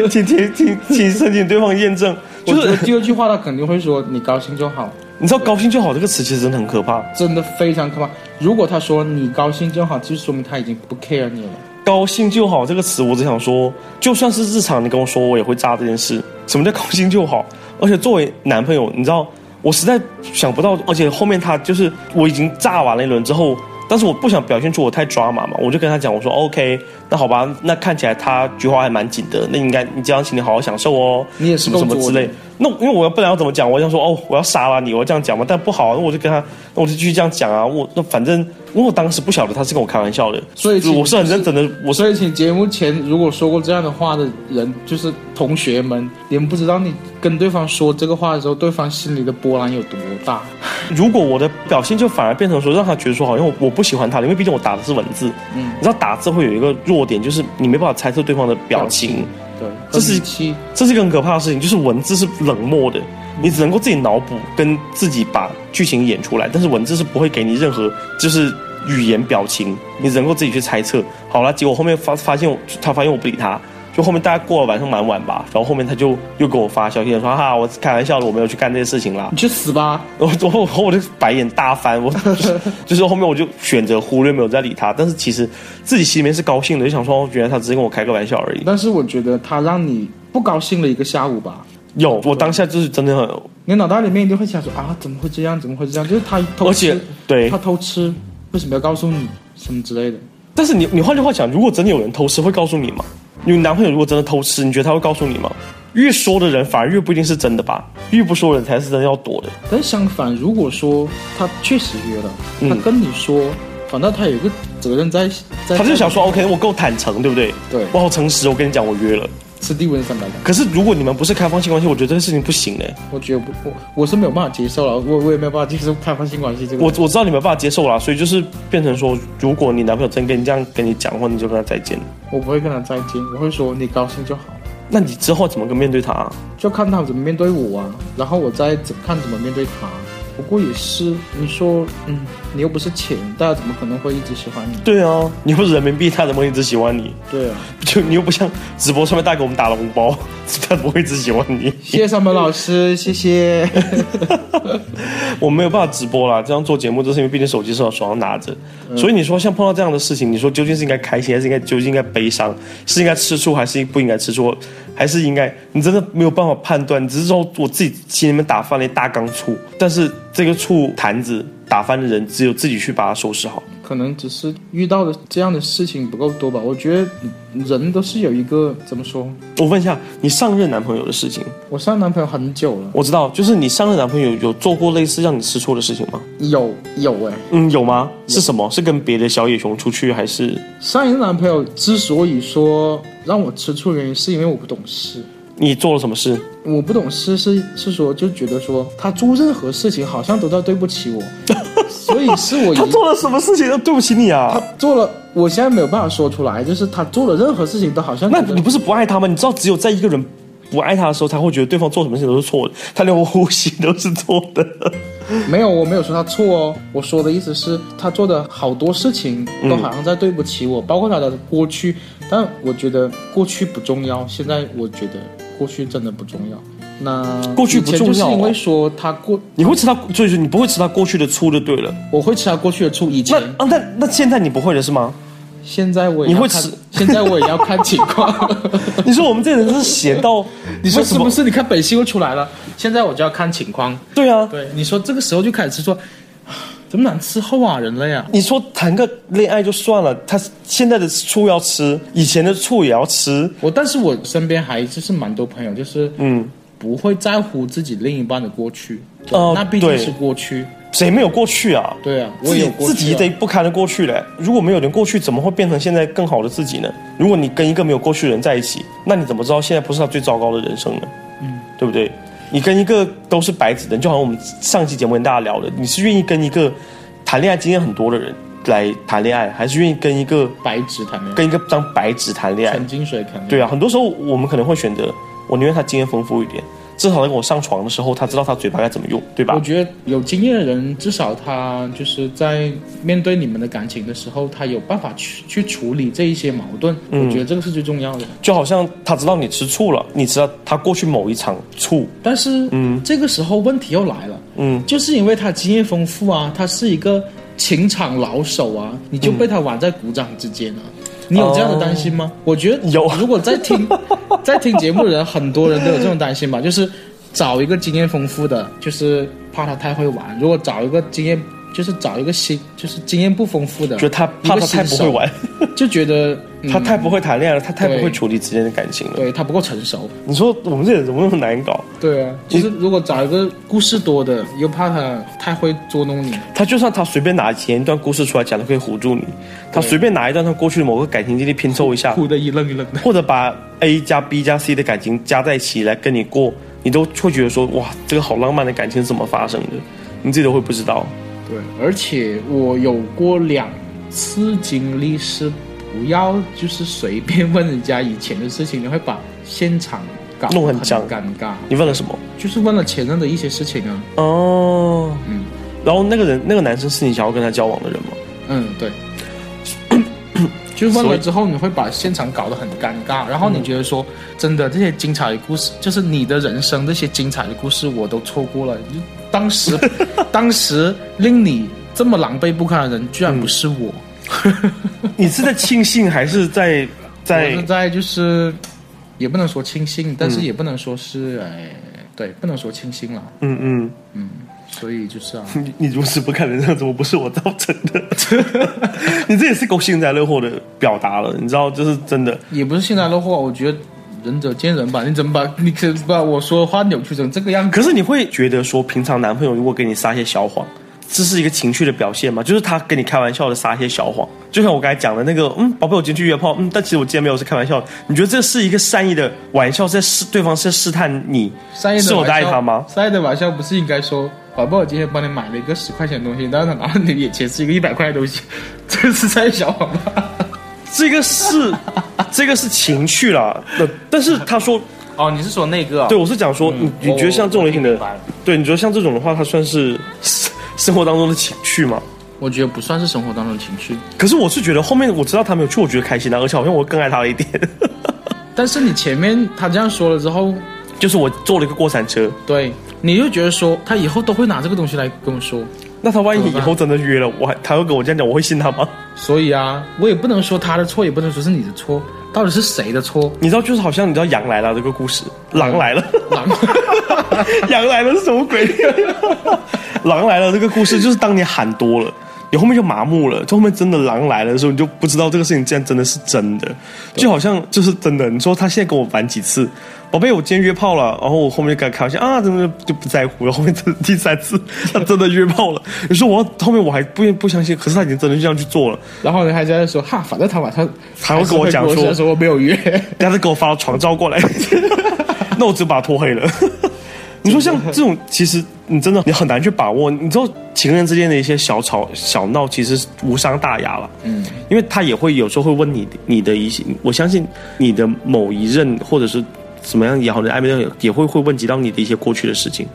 [SPEAKER 2] 请请请请申请对方验证。就
[SPEAKER 3] 我觉得
[SPEAKER 2] 是
[SPEAKER 3] 第二句话他肯定会说你高兴就好，
[SPEAKER 2] 你知道“高兴就好”这个词其实真的很可怕。
[SPEAKER 3] 真的非常可怕。如果他说你高兴就好，就说明他已经不 care 你了。
[SPEAKER 2] 高兴就好这个词，我只想说，就算是日常你跟我说，我也会炸这件事。什么叫高兴就好？而且作为男朋友，你知道，我实在想不到，而且后面他就是我已经炸完了一轮之后，但是我不想表现出我太抓马嘛，我就跟他讲，我说 OK，那好吧，那看起来他菊花还蛮紧的，那应该你这样请你好好享受哦，
[SPEAKER 3] 你也是
[SPEAKER 2] 什么什么
[SPEAKER 3] 够作
[SPEAKER 2] 之
[SPEAKER 3] 的
[SPEAKER 2] 类。那因为我要不然要怎么讲？我想说哦，我要杀了你，我这样讲嘛，但不好，那我就跟他，那我就继续这样讲啊。我那反正因为我当时不晓得他是跟我开玩笑的，
[SPEAKER 3] 所以其实
[SPEAKER 2] 我是很认真的，我是
[SPEAKER 3] 所以，请节目前如果说过这样的话的人，就是同学们，你们不知道你跟对方说这个话的时候，对方心里的波澜有多大。
[SPEAKER 2] 如果我的表现就反而变成说让他觉得说好像我我不喜欢他了，因为毕竟我打的是文字，
[SPEAKER 3] 嗯
[SPEAKER 2] 你知道打字会有一个弱点，就是你没办法猜测对方的表情，
[SPEAKER 3] 对，
[SPEAKER 2] 这是
[SPEAKER 3] 和语气
[SPEAKER 2] 这是一个很可怕的事情，就是文字是冷漠的，你只能够自己脑补跟自己把剧情演出来，但是文字是不会给你任何就是语言表情，你只能够自己去猜测。好了，结果后面发发现我他发现我不理他。就后面大概过了晚上蛮晚吧，然后后面他就又给我发消息说哈哈，我开玩笑的，我没有去干这些事情 啦。
[SPEAKER 3] 你去死吧！
[SPEAKER 2] 然后然后我就白眼大翻，我就是 就是后面我就选择忽略，没有再理他。但是其实自己心里面是高兴的，就想说，哦原来他只是跟我开个玩笑而已。
[SPEAKER 3] 但是我觉得他让你不高兴了一个下午吧。
[SPEAKER 2] 有，我当下就是真的很，
[SPEAKER 3] 你脑袋里面一定会想说啊，怎么会这样？怎么会这样？就是他偷
[SPEAKER 2] 而且
[SPEAKER 3] 吃，
[SPEAKER 2] 对
[SPEAKER 3] 他。偷吃，为什么要告诉你什么之类的？
[SPEAKER 2] 但是你你换句话讲，如果真的有人偷吃，会告诉你吗？你男朋友如果真的偷吃，你觉得他会告诉你吗？越说的人反而越不一定是真的吧，越不说的人才是真的要躲的。
[SPEAKER 3] 但相反，如果说他确实约了，他
[SPEAKER 2] 嗯
[SPEAKER 3] 跟你说，反倒他有一个责任在，在
[SPEAKER 2] 他就想说，OK，我够坦诚，对不对？
[SPEAKER 3] 对
[SPEAKER 2] 我好诚实，我跟你讲，我约了。
[SPEAKER 3] 吃地温三百两。
[SPEAKER 2] 可是如果你们不是开放性关系，我觉得这个事情不行哎、
[SPEAKER 3] 我觉得不，我我是没有办法接受了，我我也没有办法接受开放性关系这个。
[SPEAKER 2] 我我知道你没办法接受啦，所以就是变成说，如果你男朋友真跟你这样跟你讲话，你就跟他再见。
[SPEAKER 3] 我不会跟他再见，我会说你高兴就好，
[SPEAKER 2] 那你之后怎么跟面对他、啊？
[SPEAKER 3] 就看他怎么面对我啊，然后我再怎看怎么面对他。不过也是，你说，嗯，你又不是钱，大家怎么可能会一直喜欢你？
[SPEAKER 2] 对啊，你又不是人民币，他怎么会一直喜欢你？
[SPEAKER 3] 对啊，
[SPEAKER 2] 就你又不像直播上面大给我们打了红包， 他怎么会一直喜欢你？
[SPEAKER 3] 谢谢三本老师，谢谢。
[SPEAKER 2] 我没有办法直播啦，这样做节目就是因为毕竟手机是我手上拿着，所以你说像碰到这样的事情，你说究竟是应该开心还是应该究竟应该悲伤，是应该吃醋还是不应该吃醋，还是应该你真的没有办法判断，只是说我自己心里面打翻了一大缸醋，但是这个醋坛子打翻的人只有自己去把它收拾好。
[SPEAKER 3] 可能只是遇到的这样的事情不够多吧。我觉得人都是有一个怎么说？
[SPEAKER 2] 我问一下，你上任男朋友的事情，
[SPEAKER 3] 我上男朋友很久了，
[SPEAKER 2] 我知道，就是你上任男朋友有做过类似让你吃醋的事情吗？
[SPEAKER 3] 有有哎、
[SPEAKER 2] 嗯，有吗？是什么？是跟别的小野熊出去，还是
[SPEAKER 3] 上一个男朋友之所以说让我吃醋，原因是因为我不懂事。
[SPEAKER 2] 你做了什么事？
[SPEAKER 3] 我不懂事是是说就觉得说他做任何事情好像都在对不起我，所以是我
[SPEAKER 2] 他
[SPEAKER 3] 一
[SPEAKER 2] 做了什么事情？对不起你
[SPEAKER 3] 他
[SPEAKER 2] 啊！
[SPEAKER 3] 做了，我现在没有办法说出来，就是他做了任何事情都好像
[SPEAKER 2] 那
[SPEAKER 3] 觉得
[SPEAKER 2] 你不是不爱他吗？你知道，只有在一个人不爱他的时候，才会觉得对方做什么事情都是错的，他连我呼吸都是错的。
[SPEAKER 3] 没有，我没有说他错哦，我说的意思是，他做的好多事情都好像在对不起
[SPEAKER 2] 嗯
[SPEAKER 3] 我，包括他的过去。但我觉得过去不重要，现在我觉得过去真的不重要。那
[SPEAKER 2] 过去不重要哦
[SPEAKER 3] 以前就是因为说他过，
[SPEAKER 2] 你会吃他，所以说你不会吃他过去的醋就对了。
[SPEAKER 3] 我会吃他过去的醋。以
[SPEAKER 2] 那
[SPEAKER 3] 前，
[SPEAKER 2] 啊，那那现在你不会了是 吗？
[SPEAKER 3] 现在我也
[SPEAKER 2] 你
[SPEAKER 3] 要
[SPEAKER 2] 会
[SPEAKER 3] 看
[SPEAKER 2] 吃
[SPEAKER 3] 现在我也要看情况。
[SPEAKER 2] 你说我们这人是闲 到，
[SPEAKER 3] 你说是
[SPEAKER 2] 为什么？
[SPEAKER 3] 不是？你看本性又出来了，现在我就要看情况。
[SPEAKER 2] 对啊，
[SPEAKER 3] 对，你说这个时候就开始说， 怎么难伺候啊人类呀、
[SPEAKER 2] 你说谈个恋爱就算了，他现在的醋要吃，以前的醋也要吃。
[SPEAKER 3] 我但是我身边还就是蛮多朋友，就是
[SPEAKER 2] 嗯，
[SPEAKER 3] 不会在乎自己另一半的过去，对
[SPEAKER 2] 呃
[SPEAKER 3] 那毕竟
[SPEAKER 2] 对
[SPEAKER 3] 是过去，
[SPEAKER 2] 谁没有过去啊？
[SPEAKER 3] 对啊，我
[SPEAKER 2] 自
[SPEAKER 3] 也
[SPEAKER 2] 己
[SPEAKER 3] 有过去、啊、
[SPEAKER 2] 自己得不堪的过去嘞。如果没有点过去，怎么会变成现在更好的自己呢？如果你跟一个没有过去的人在一起，那你怎么知道现在不是他最糟糕的人生呢？嗯，对不对？你跟一个都是白纸的人，就好像我们上期节目跟大家聊的，你是愿意跟一个谈恋爱经验很多的人来谈恋爱，还是愿意跟一个
[SPEAKER 3] 白纸谈恋爱，
[SPEAKER 2] 跟一个张白纸谈恋爱
[SPEAKER 3] 纯？金水谈恋爱。
[SPEAKER 2] 对啊，很多时候我们可能会选择我宁愿他经验丰富一点，至少在跟我上床的时候，他知道他嘴巴该怎么用，对吧
[SPEAKER 3] 我？觉得有经验的人，至少他就是在面对你们的感情的时候，他有办法去去处理这一些矛盾。
[SPEAKER 2] 嗯
[SPEAKER 3] 我觉得这个是最重要的。
[SPEAKER 2] 就好像他知道你吃醋了，你知道他过去某一场醋，
[SPEAKER 3] 但是，嗯，这个时候问题又来了，
[SPEAKER 2] 嗯，
[SPEAKER 3] 就是因为他经验丰富啊，他是一个情场老手啊，你就被他挽在鼓掌之间啊。你有这样的担心吗？我觉得
[SPEAKER 2] 嗯哦有
[SPEAKER 3] 如果在 听在听节目的人，很多人都有这种担心吧，就是找一个经验丰富的，就是怕他太会玩；如果找一个经验，就是找一个新，就是经验不丰富的，
[SPEAKER 2] 觉得他怕他太不会玩，
[SPEAKER 3] 就觉得、嗯
[SPEAKER 2] 他太不会谈恋爱了，他太不会
[SPEAKER 3] 对
[SPEAKER 2] 处理之间的感情了。
[SPEAKER 3] 对他不够成熟。
[SPEAKER 2] 你说我们这人怎么那么难搞？
[SPEAKER 3] 对啊，就是如果找一个故事多的，又怕他太会捉弄你。
[SPEAKER 2] 他就算他随便拿前一段故事出来讲，都可以唬住你。他随便拿一段他过去的某个感情经历拼凑一下，
[SPEAKER 3] 哭得一愣一愣的。
[SPEAKER 2] 或者把 A 加 B 加 C 的感情加在一起来跟你过，你都会觉得说哇，这个好浪漫的感情是怎么发生的？你自己都会不知道。
[SPEAKER 3] 对，而且我有过两次经历是不要就是随便问人家以前的事情，你会把现场搞得
[SPEAKER 2] 弄
[SPEAKER 3] 很
[SPEAKER 2] 很僵
[SPEAKER 3] 尴尬。
[SPEAKER 2] 你问了什么？
[SPEAKER 3] 就是问了前任的一些事情啊，
[SPEAKER 2] 哦，
[SPEAKER 3] 嗯
[SPEAKER 2] 然后那个人那个男生是你想要跟他交往的人吗？
[SPEAKER 3] 嗯， 对。就是问
[SPEAKER 2] 所以
[SPEAKER 3] 了之后，你会把现场搞得很尴尬，然后你觉得说，真的这些精彩的故事，就是你的人生这些精彩的故事，我都错过了。就当时， 当时令你这么狼狈不堪的人，居然不是我。
[SPEAKER 2] 你是在庆幸还是在
[SPEAKER 3] 我
[SPEAKER 2] 在嗯
[SPEAKER 3] 是在就是也不能说庆幸，但是也不能说是哎、对，不能说庆幸了。
[SPEAKER 2] 嗯嗯？
[SPEAKER 3] 所以就是啊，
[SPEAKER 2] 你你如此不堪人样怎么不是我造成的？ 你这也是够幸灾乐祸的表达了，你知道，就是真的。
[SPEAKER 3] 也不是幸灾乐祸，我觉得仁者见仁吧。你怎么把你可把我说的话扭曲成这个样子？
[SPEAKER 2] 可是你会觉得说，平常男朋友如果给你撒一些小谎，这是一个情绪的表现吗？就是他跟你开玩笑的撒一些小谎，就像我刚才讲的那个，嗯，宝贝，我今天去约炮，嗯，但其实我今天没有是开玩笑的。你觉得这是一个善意的玩笑，在试对方是在试探你
[SPEAKER 3] 善意
[SPEAKER 2] 是
[SPEAKER 3] 的
[SPEAKER 2] 我
[SPEAKER 3] 玩
[SPEAKER 2] 在爱
[SPEAKER 3] 笑
[SPEAKER 2] 他吗？
[SPEAKER 3] 善意的玩笑不是应该说，宝贝，我今天帮你买了一个十块钱的东西，但是他拿到你的眼前是一个一百块的东西，这是善意小谎吧？
[SPEAKER 2] 这个是这个是情绪啦。那但是他说，
[SPEAKER 3] 哦，你是说那个、哦
[SPEAKER 2] 对我是讲说，
[SPEAKER 3] 嗯
[SPEAKER 2] 你你觉得像这种类型的，对，你觉得像这种的话，它算是生活当中的情绪吗？
[SPEAKER 3] 我觉得不算是生活当中的情绪，
[SPEAKER 2] 可是我是觉得后面我知道他没有去，我觉得开心的，而且好像我更爱他了一点。
[SPEAKER 3] 但是你前面他这样说了之后，
[SPEAKER 2] 就是我坐了一个过山车，
[SPEAKER 3] 对，你就觉得说他以后都会拿这个东西来跟我说，
[SPEAKER 2] 那他万一
[SPEAKER 3] 怎么
[SPEAKER 2] 以
[SPEAKER 3] 办
[SPEAKER 2] 后真的约了，我还他要跟我这样讲，我会信他吗？
[SPEAKER 3] 所以啊，我也不能说他的错，也不能说是你的错，到底是谁的错？
[SPEAKER 2] 你知道，就是好像你知道羊来了这个故事，狼来了，
[SPEAKER 3] 狼
[SPEAKER 2] 羊来了是什么鬼？狼来了这个故事，就是当你喊多了。你后面就麻木了，就后面真的狼来了的时候，你就不知道这个事情竟然真的是真的，就好像就是真的。你说他现在跟我玩几次，宝贝，我今天约炮了，然后我后面就跟他开玩笑啊，怎么就不在乎了？后面真的第三次他真的约炮了，你说我后面我还不不相信，可是他已经真的就这样去做了，
[SPEAKER 3] 然后呢还在那说哈，反正他晚上
[SPEAKER 2] 还会跟我讲
[SPEAKER 3] 还是会跟
[SPEAKER 2] 说
[SPEAKER 3] 我说我没 有约，
[SPEAKER 2] 等下再给我发床照过来， 那我只把他拖黑了。 你说像这种，其实你真的你很难去把握。你知道情人之间的一些小吵小闹，其实是无伤大雅了。嗯，因为他也会有时候会问你你的一些，我相信你的某一任或者是怎么样也好，你暧昧也也会会问及到你的一些过去的事情，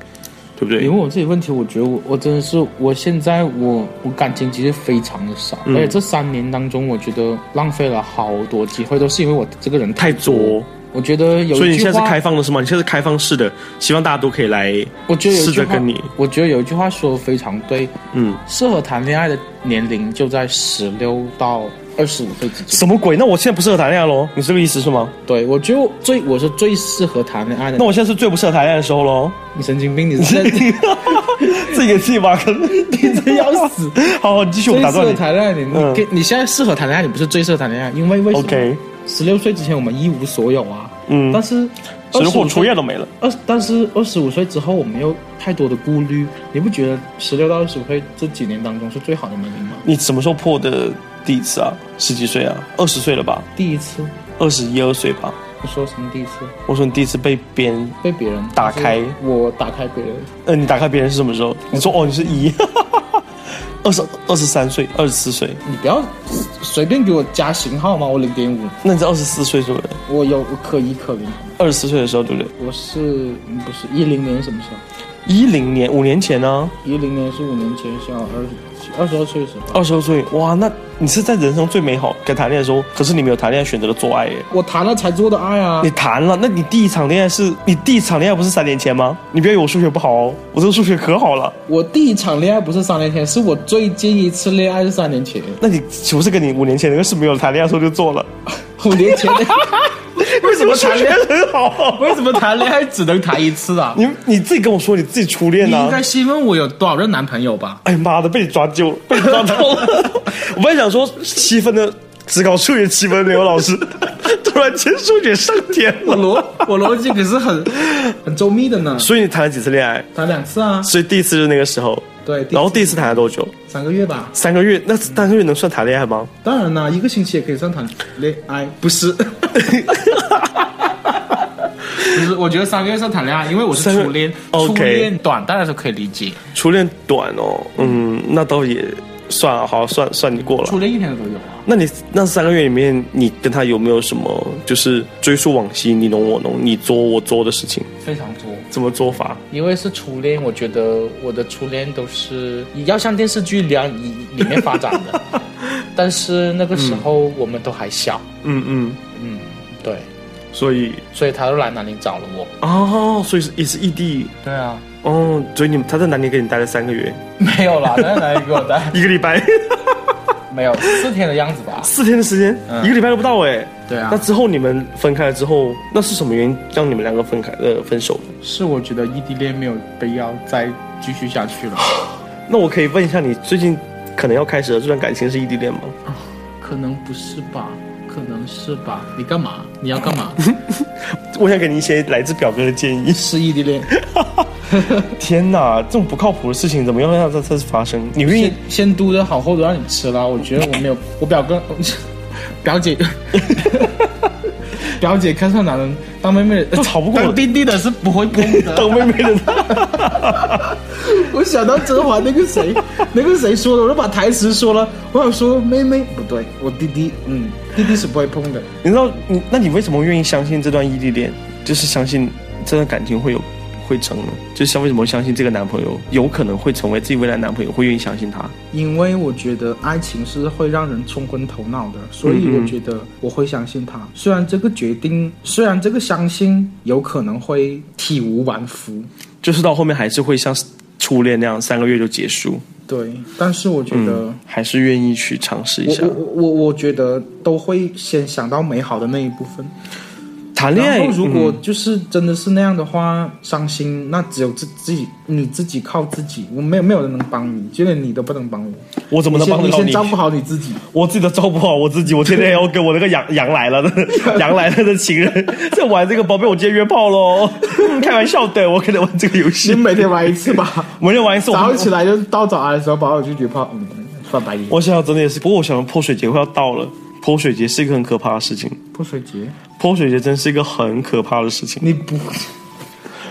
[SPEAKER 2] 对不
[SPEAKER 3] 你
[SPEAKER 2] 对？
[SPEAKER 3] 问我这些问题，我觉得我我真的是，我现在我我感情其实非常的少，
[SPEAKER 2] 嗯
[SPEAKER 3] 而且这三年当中，我觉得浪费了好多机会，都是因为我这个人太
[SPEAKER 2] 太作，
[SPEAKER 3] 我觉得有一句话，
[SPEAKER 2] 所以你现在是开放的是吗？你现在是开放式的，希望大家都可以来。
[SPEAKER 3] 我觉得有一
[SPEAKER 2] 试
[SPEAKER 3] 句
[SPEAKER 2] 着
[SPEAKER 3] 话，
[SPEAKER 2] 跟你
[SPEAKER 3] 我觉得有一句话说的非常对，
[SPEAKER 2] 嗯，
[SPEAKER 3] 适合谈恋爱的年龄就在十六到二十五岁之间。
[SPEAKER 2] 什么鬼？那我现在不适合谈恋爱喽？你是这个意思是吗？
[SPEAKER 3] 对，我觉得最我是最适合谈恋爱的。
[SPEAKER 2] 那我现在是最不适合谈恋爱的时候喽。
[SPEAKER 3] 你神经病，你是
[SPEAKER 2] 自己给自己挖坑，
[SPEAKER 3] 你真要死！
[SPEAKER 2] 好好，你继续，我
[SPEAKER 3] 最
[SPEAKER 2] 打
[SPEAKER 3] 适
[SPEAKER 2] 断
[SPEAKER 3] 合
[SPEAKER 2] 你。
[SPEAKER 3] 谈恋爱的，你
[SPEAKER 2] 嗯
[SPEAKER 3] 你跟你现在适合谈恋爱，你不是最适合谈恋爱，因为为什么？
[SPEAKER 2] OK，
[SPEAKER 3] 十六岁之前我们一无所有啊，
[SPEAKER 2] 嗯
[SPEAKER 3] 但是
[SPEAKER 2] 神
[SPEAKER 3] 25
[SPEAKER 2] 火
[SPEAKER 3] 岁
[SPEAKER 2] 初夜都没了。
[SPEAKER 3] 二，但是二十五岁之后我们有太多的顾虑，你不觉得十六到二十五岁这几年当中是最好的年龄吗？
[SPEAKER 2] 你什么时候破的第一次啊？十几岁啊？二十岁了吧？
[SPEAKER 3] 第一次，
[SPEAKER 2] 二十一二岁吧？
[SPEAKER 3] 我说什么第一次？
[SPEAKER 2] 我说你第一次被别人，
[SPEAKER 3] 被别人
[SPEAKER 2] 打开，
[SPEAKER 3] 我打开别人，
[SPEAKER 2] 呃，你打开别人是什么时候？你说哦，你是一， 二十二十三岁、二十四岁，
[SPEAKER 3] 你不要随便给我加型号嘛，我零点五，
[SPEAKER 2] 那你是二十四岁是不是？
[SPEAKER 3] 我有我可一可零，
[SPEAKER 2] 二十四岁的时候对不对？
[SPEAKER 3] 我是嗯不是一零年什么时候？
[SPEAKER 2] 一零年五年前啊呢、
[SPEAKER 3] 一零年是五年前，像二十二十二岁的时候，
[SPEAKER 2] 二十二岁，哇，那你是在人生最美好该谈恋爱的时候，可是你没有谈恋爱，选择了做爱耶。
[SPEAKER 3] 我谈了才做的爱啊
[SPEAKER 2] 你。谈了，那你第一场恋爱是你第一场恋爱不是三年前吗？你不要以为我数学不好哦，我这个数学可好了。
[SPEAKER 3] 我第一场恋爱不是三年前，是我最近一次恋爱是三年前，
[SPEAKER 2] 那你岂不是跟你五年前那个是没有谈恋爱的时候就做了？
[SPEAKER 3] 五年前的。 为什么
[SPEAKER 2] 数
[SPEAKER 3] 谈
[SPEAKER 2] 学
[SPEAKER 3] 恋爱？
[SPEAKER 2] 很好？
[SPEAKER 3] 为什么谈恋爱只能谈一次 啊？
[SPEAKER 2] 你你自己跟我说你自己初恋
[SPEAKER 3] 你
[SPEAKER 2] 呢、
[SPEAKER 3] 应该先问我有多少任男朋友吧？
[SPEAKER 2] 哎呀妈的，被你抓阄，被你抓到了。我本来想说七分的只考数学七分的刘老师，突然间数学上天
[SPEAKER 3] 我
[SPEAKER 2] 了。
[SPEAKER 3] 逻我逻辑可是很很周密的呢，
[SPEAKER 2] 所以你谈了几次恋爱？
[SPEAKER 3] 谈两次啊，
[SPEAKER 2] 所以第一次就是那个时候，
[SPEAKER 3] 对，第一次
[SPEAKER 2] 然后第一次谈了多久？
[SPEAKER 3] 三个月吧。
[SPEAKER 2] 三个月，那三个月能算谈恋爱吗？
[SPEAKER 3] 当然啦，一个星期也可以算谈恋爱， 不是？不是，我觉得三个月算谈恋爱，因为我是
[SPEAKER 2] 三个
[SPEAKER 3] 初恋，
[SPEAKER 2] OK
[SPEAKER 3] 初恋短，大家都可以理解。
[SPEAKER 2] 初恋短哦，嗯，那倒也算了，好算算你过了
[SPEAKER 3] 初。恋一天都有啊，
[SPEAKER 2] 那你那三个月里面，你跟他有没有什么就是追溯往昔，你侬我侬，你作我作的事情？
[SPEAKER 3] 非常多。
[SPEAKER 2] 怎么做法？
[SPEAKER 3] 因为是初恋，我觉得我的初恋都是要像电视剧里里面发展的， 但是那个时候我们都还小，
[SPEAKER 2] 嗯嗯，
[SPEAKER 3] 嗯，对，
[SPEAKER 2] 所以
[SPEAKER 3] 所以他就来南宁找了我。
[SPEAKER 2] 哦，所以是也是异地
[SPEAKER 3] 对啊，
[SPEAKER 2] 哦，所以你们他在南宁给你待了三个月，
[SPEAKER 3] 没有啦，在南宁给我待
[SPEAKER 2] 一个礼拜
[SPEAKER 3] 没有四天的样子吧？
[SPEAKER 2] 四天的时间，
[SPEAKER 3] 嗯
[SPEAKER 2] 一个礼拜都不到哎。
[SPEAKER 3] 对啊
[SPEAKER 2] 那之后你们分开了之后，那是什么原因让你们两个分开呃分手？
[SPEAKER 3] 是我觉得异地恋没有必要再继续下去 了，
[SPEAKER 2] 那我可以问一下，你最近可能要开始的这段感情是异地恋吗？
[SPEAKER 3] 可能不是吧？可能是吧？你干嘛？你要干嘛？
[SPEAKER 2] 我想给你一些来自表哥的建议。
[SPEAKER 3] 是异地 恋。
[SPEAKER 2] 天哪，这种不靠谱的事情怎么样让它再次发生？你愿意
[SPEAKER 3] 现？现嘟的好厚都让你吃了，我觉得我没有，我表哥， 表姐， 表姐看上男人当妹妹
[SPEAKER 2] 都吵不过
[SPEAKER 3] 当弟弟的是不会碰的。
[SPEAKER 2] 当妹妹的 他，
[SPEAKER 3] 我想到甄嬛那个 谁，那个谁说的，我就把台词说了，我想说妹妹不对，我弟弟，嗯，弟弟是不会碰的。
[SPEAKER 2] 你知道你？那你为什么愿意相信这段异地恋？就是相信这段感情会有会成呢？就是像为什么相信这个男朋友有可能会成为自己未来男朋友，会愿意相信他？
[SPEAKER 3] 因为我觉得爱情是会让人冲昏头脑的，所以我觉得我会相信他。虽然这个决定，虽然这个相信有可能会体无完肤，
[SPEAKER 2] 就是到后面还是会像初恋那样三个月就结束，嗯
[SPEAKER 3] 对，但是我觉得，
[SPEAKER 2] 还是愿意去尝试一下
[SPEAKER 3] 我我我我我觉得都会先想到美好的那一部分。
[SPEAKER 2] 谈恋
[SPEAKER 3] 然
[SPEAKER 2] 爱？
[SPEAKER 3] 后如
[SPEAKER 2] 嗯
[SPEAKER 3] 果就是真的是那样的话，伤心那只有自自己你自己靠自己，我没有没有人能帮你，就连你都不能帮我，
[SPEAKER 2] 我怎么
[SPEAKER 3] 你
[SPEAKER 2] 能帮
[SPEAKER 3] 先
[SPEAKER 2] 得
[SPEAKER 3] 你
[SPEAKER 2] 到
[SPEAKER 3] 先
[SPEAKER 2] 你？
[SPEAKER 3] 照顾好你自己。
[SPEAKER 2] 我自己都照顾好我自己，我天天要跟我那个羊羊来了的羊来了的情人在玩这个，宝贝，我今天约炮喽！ 开玩笑的，我可能玩这个游
[SPEAKER 3] 你
[SPEAKER 2] 戏，
[SPEAKER 3] 每天玩一次吧，
[SPEAKER 2] 每天玩一次。
[SPEAKER 3] 嗯早上
[SPEAKER 2] 我
[SPEAKER 3] 起来就到早安的时候，把我拒绝泡，嗯，翻白眼。
[SPEAKER 2] 我想想真的也是，不过我想泼水节快要到了，泼水节是一个很可怕的事情，
[SPEAKER 3] 泼水节，
[SPEAKER 2] 泼水节真是一个很可怕的事情。
[SPEAKER 3] 你不，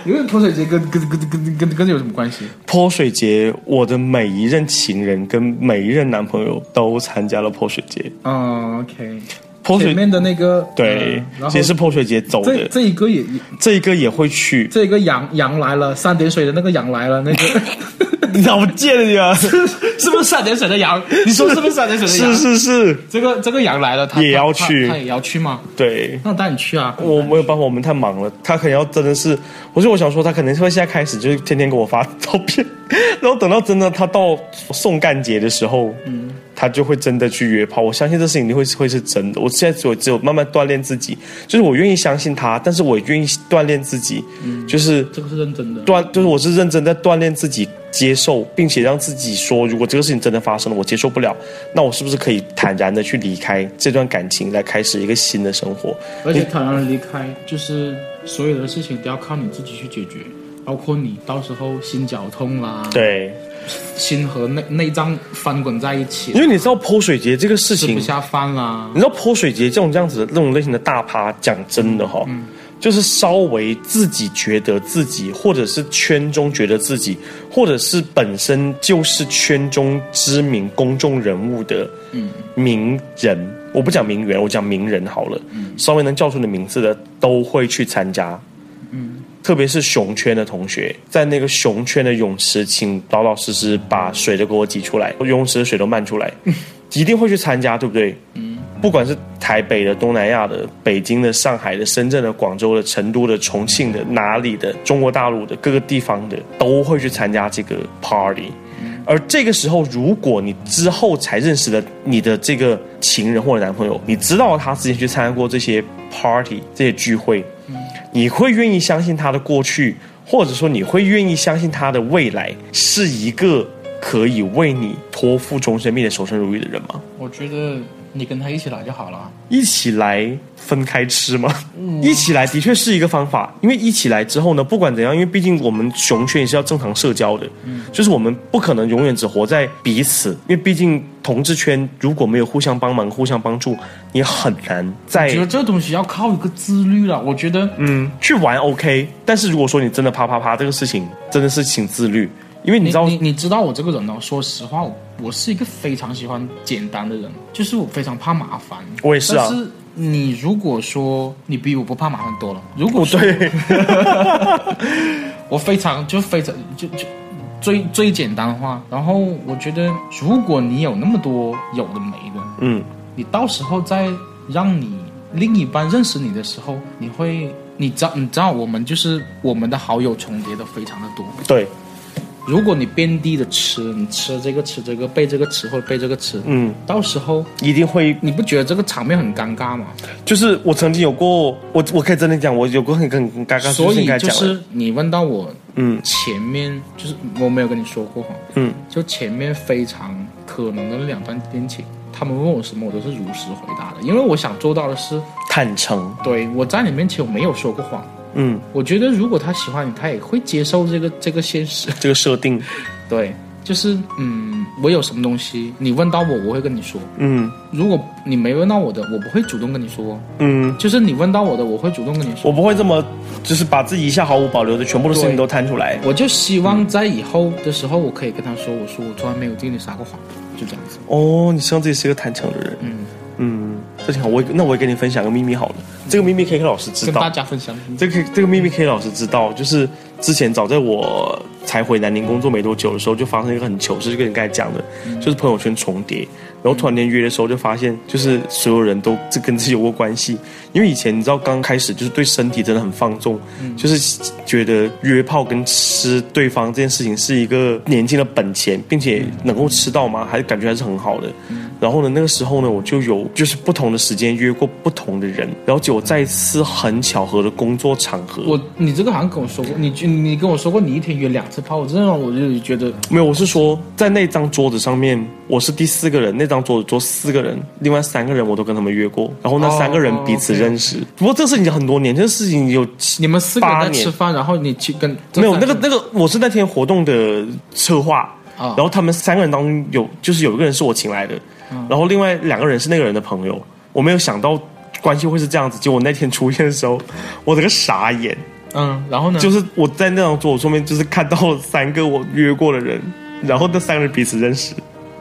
[SPEAKER 3] 因为泼水节跟跟跟跟跟跟这有什么关系？
[SPEAKER 2] 泼水节，我的每一任情人跟每一任男朋友都参加了泼水节，
[SPEAKER 3] 嗯，OK，
[SPEAKER 2] 泼水
[SPEAKER 3] 前面的那个
[SPEAKER 2] 对
[SPEAKER 3] 嗯，然后
[SPEAKER 2] 也是泼水节走
[SPEAKER 3] 这
[SPEAKER 2] 的，
[SPEAKER 3] 这一个也也
[SPEAKER 2] 这一个也会 去，
[SPEAKER 3] 这个羊羊来了，三点水的那个羊来了，那个
[SPEAKER 2] 你好贱的你 啊！
[SPEAKER 3] 是不是三点水的羊？你说是不是三点水的羊？
[SPEAKER 2] 是是是，
[SPEAKER 3] 这个这个羊来了，他
[SPEAKER 2] 也要去
[SPEAKER 3] 他他也要去吗？
[SPEAKER 2] 对。
[SPEAKER 3] 那我带你去啊！
[SPEAKER 2] 我没有办法，我们太忙了。他可能要真的是，我就我想说，他可能会现在开始就是天天给我发 照片，然后等到真的他到送干节的时候，嗯，他就会真的去约炮。我相信这事情一定会会是真的。我现在只有只有慢慢锻炼自己，就是我愿意相信他，但是我也愿意锻炼自己，就是
[SPEAKER 3] 这个是认真的。
[SPEAKER 2] 锻，就是我是认真在锻炼自己接受，并且让自己说，如果这个事情真的发生了，我接受不了，那我是不是可以坦然的去离开这段感情，来开始一个新的生活？
[SPEAKER 3] 而且坦然离开，就是所有的事情都要靠你自己去解决，包括你到时候心绞痛啦，，
[SPEAKER 2] 对，
[SPEAKER 3] 心和内内脏翻滚在一
[SPEAKER 2] 因
[SPEAKER 3] 起，
[SPEAKER 2] 为你知道泼水节这个事
[SPEAKER 3] 吃
[SPEAKER 2] 情
[SPEAKER 3] 不，下饭啦
[SPEAKER 2] 你。知道泼水节这种这样子的那种类型的大趴，讲真的哈、就是稍微自己觉得自己，或者是圈中觉得自己，或者是本身就是圈中知名公众人物的名人。我不讲名媛，我讲名人好了。稍微能叫出你名字的都会去参加。特别是熊圈的同学，在那个熊圈的泳池，请老老实实把水都给我挤出来，游泳池的水都漫出来，一定会去参加，对不对？不管是台北的、东南亚的、北京的、上海的、深圳的、广州的、成都的、重庆的、哪里的、中国大陆的各个地方的，都会去参加这个 party。而这个时候，如果你之后才认识的你的这个情人或者男朋友，你知道他之前去参加过这些 party、这些聚会，你会愿意相信他的过去，或者说你会愿意相信他的未来是一个可以为你托付终身并且守身如玉的人吗？
[SPEAKER 3] 我觉得你跟他一起来就好了。
[SPEAKER 2] 一起来分开吃吗？
[SPEAKER 3] 嗯
[SPEAKER 2] 一起来的确是一个方法，因为一起来之后呢，不管怎样，因为毕竟我们熊圈也是要正常社交的，
[SPEAKER 3] 嗯
[SPEAKER 2] 就是我们不可能永远只活在彼此，因为毕竟同志圈如果没有互相帮忙、互相帮助，你很难
[SPEAKER 3] 我
[SPEAKER 2] 在
[SPEAKER 3] 觉得这东西要靠一个自律了。我觉得，
[SPEAKER 2] 嗯去玩 OK。但是如果说你真的啪啪啪这个事情，真的是请自律，因为你
[SPEAKER 3] 你
[SPEAKER 2] 知道
[SPEAKER 3] 你你知道我这个人哦，说实话，我我是一个非常喜欢简单的人，就是我非常怕麻烦。
[SPEAKER 2] 我也是啊
[SPEAKER 3] 但是你如果说你比我不怕麻烦多了，如果说、
[SPEAKER 2] 哦对
[SPEAKER 3] 我非常就非常就就。最最简单化，然后我觉得，如果你有那么多有的没的，
[SPEAKER 2] 嗯，
[SPEAKER 3] 你到时候再让你另一半认识你的时候，你会，你知道，你知道，我们就是我们的好友重叠的非常的多。
[SPEAKER 2] 对，
[SPEAKER 3] 如果你遍地的吃，你吃这个吃这个，背这个吃或者背这个吃，
[SPEAKER 2] 嗯，
[SPEAKER 3] 到时候
[SPEAKER 2] 一定会
[SPEAKER 3] 你不觉得这个场面很尴尬吗？
[SPEAKER 2] 就是我曾经有过，我我可以真的讲，我有过很很很尴尬的事
[SPEAKER 3] 所
[SPEAKER 2] 情
[SPEAKER 3] 以
[SPEAKER 2] 该
[SPEAKER 3] 就
[SPEAKER 2] 讲了，
[SPEAKER 3] 是你问到我
[SPEAKER 2] 嗯
[SPEAKER 3] 前面，就是我没有跟你说过哈，
[SPEAKER 2] 嗯，
[SPEAKER 3] 就前面非常可能的两段恋情，他们问我什么，我都是如实回答的，因为我想做到的是，
[SPEAKER 2] 坦诚，
[SPEAKER 3] 对我在你面前我没有说过谎。
[SPEAKER 2] 嗯。
[SPEAKER 3] 我觉得如果他喜欢你，他也会接受这个这个现实。
[SPEAKER 2] 这个设定，
[SPEAKER 3] 对，就是嗯，我有什么东西，你问到我，我会跟你说。
[SPEAKER 2] 嗯
[SPEAKER 3] 如果你没问到我的，我不会主动跟你说；
[SPEAKER 2] 嗯，
[SPEAKER 3] 就是你问到我的，我会主动跟你说。
[SPEAKER 2] 我不会这么，就是把自己一下毫无保留的全部的事情都摊出来。
[SPEAKER 3] 我就希望在以后的时候，我可以跟他说，我说我从来没有对你撒过谎，就这样子。
[SPEAKER 2] 哦，你希望自己是一个坦诚的人，
[SPEAKER 3] 嗯，
[SPEAKER 2] 嗯，这挺好。我也那我也跟你分享个秘密好了，这个秘密可以跟老师知
[SPEAKER 3] 跟大
[SPEAKER 2] 道，
[SPEAKER 3] 家分享。
[SPEAKER 2] 这个这个秘密可以老师知道，就是之前早在我才回南宁工作没多久的时候，就发生一个很糗事，就跟你刚才讲的，就是朋友圈重叠，然后突然间约的时候就发现，就是所有人都这跟自己有过关系，因为以前你知道刚开始就是对身体真的很放纵，就是觉得约炮跟吃对方这件事情是一个年轻的本钱，并且能够吃到嘛，还感觉还是很好的。然后呢，那个时候呢，我就有就是不同的时间约过不同的人，然后结果在一次很巧合的工作场合，
[SPEAKER 3] 我你这个好像跟我说过，你你你跟我说过，你一天约两次炮，我这种我就觉得
[SPEAKER 2] 没有，我是说在那张桌子上面，我是第四个人，那张桌子坐四个人，另外三个人我都跟他们约过，然后那
[SPEAKER 3] 哦
[SPEAKER 2] 三个人彼此
[SPEAKER 3] OK
[SPEAKER 2] 认识。不过这事情很多年，这事情有七
[SPEAKER 3] 你们四个人
[SPEAKER 2] 八
[SPEAKER 3] 在
[SPEAKER 2] 年
[SPEAKER 3] 吃饭，然后你去跟
[SPEAKER 2] 没有那个那
[SPEAKER 3] 个
[SPEAKER 2] 个，我是那天活动的策划，
[SPEAKER 3] 啊
[SPEAKER 2] 然后他们三个人当中有就是有一个人是我请来的，然后另外两个人是那个人的朋友，我没有想到关系会是这样子，结果那天出现的时候，我整个傻眼，
[SPEAKER 3] 嗯，然后呢？
[SPEAKER 2] 就是我在那张桌子上面就是看到了三个我约过的人，然后那三个人彼此认识，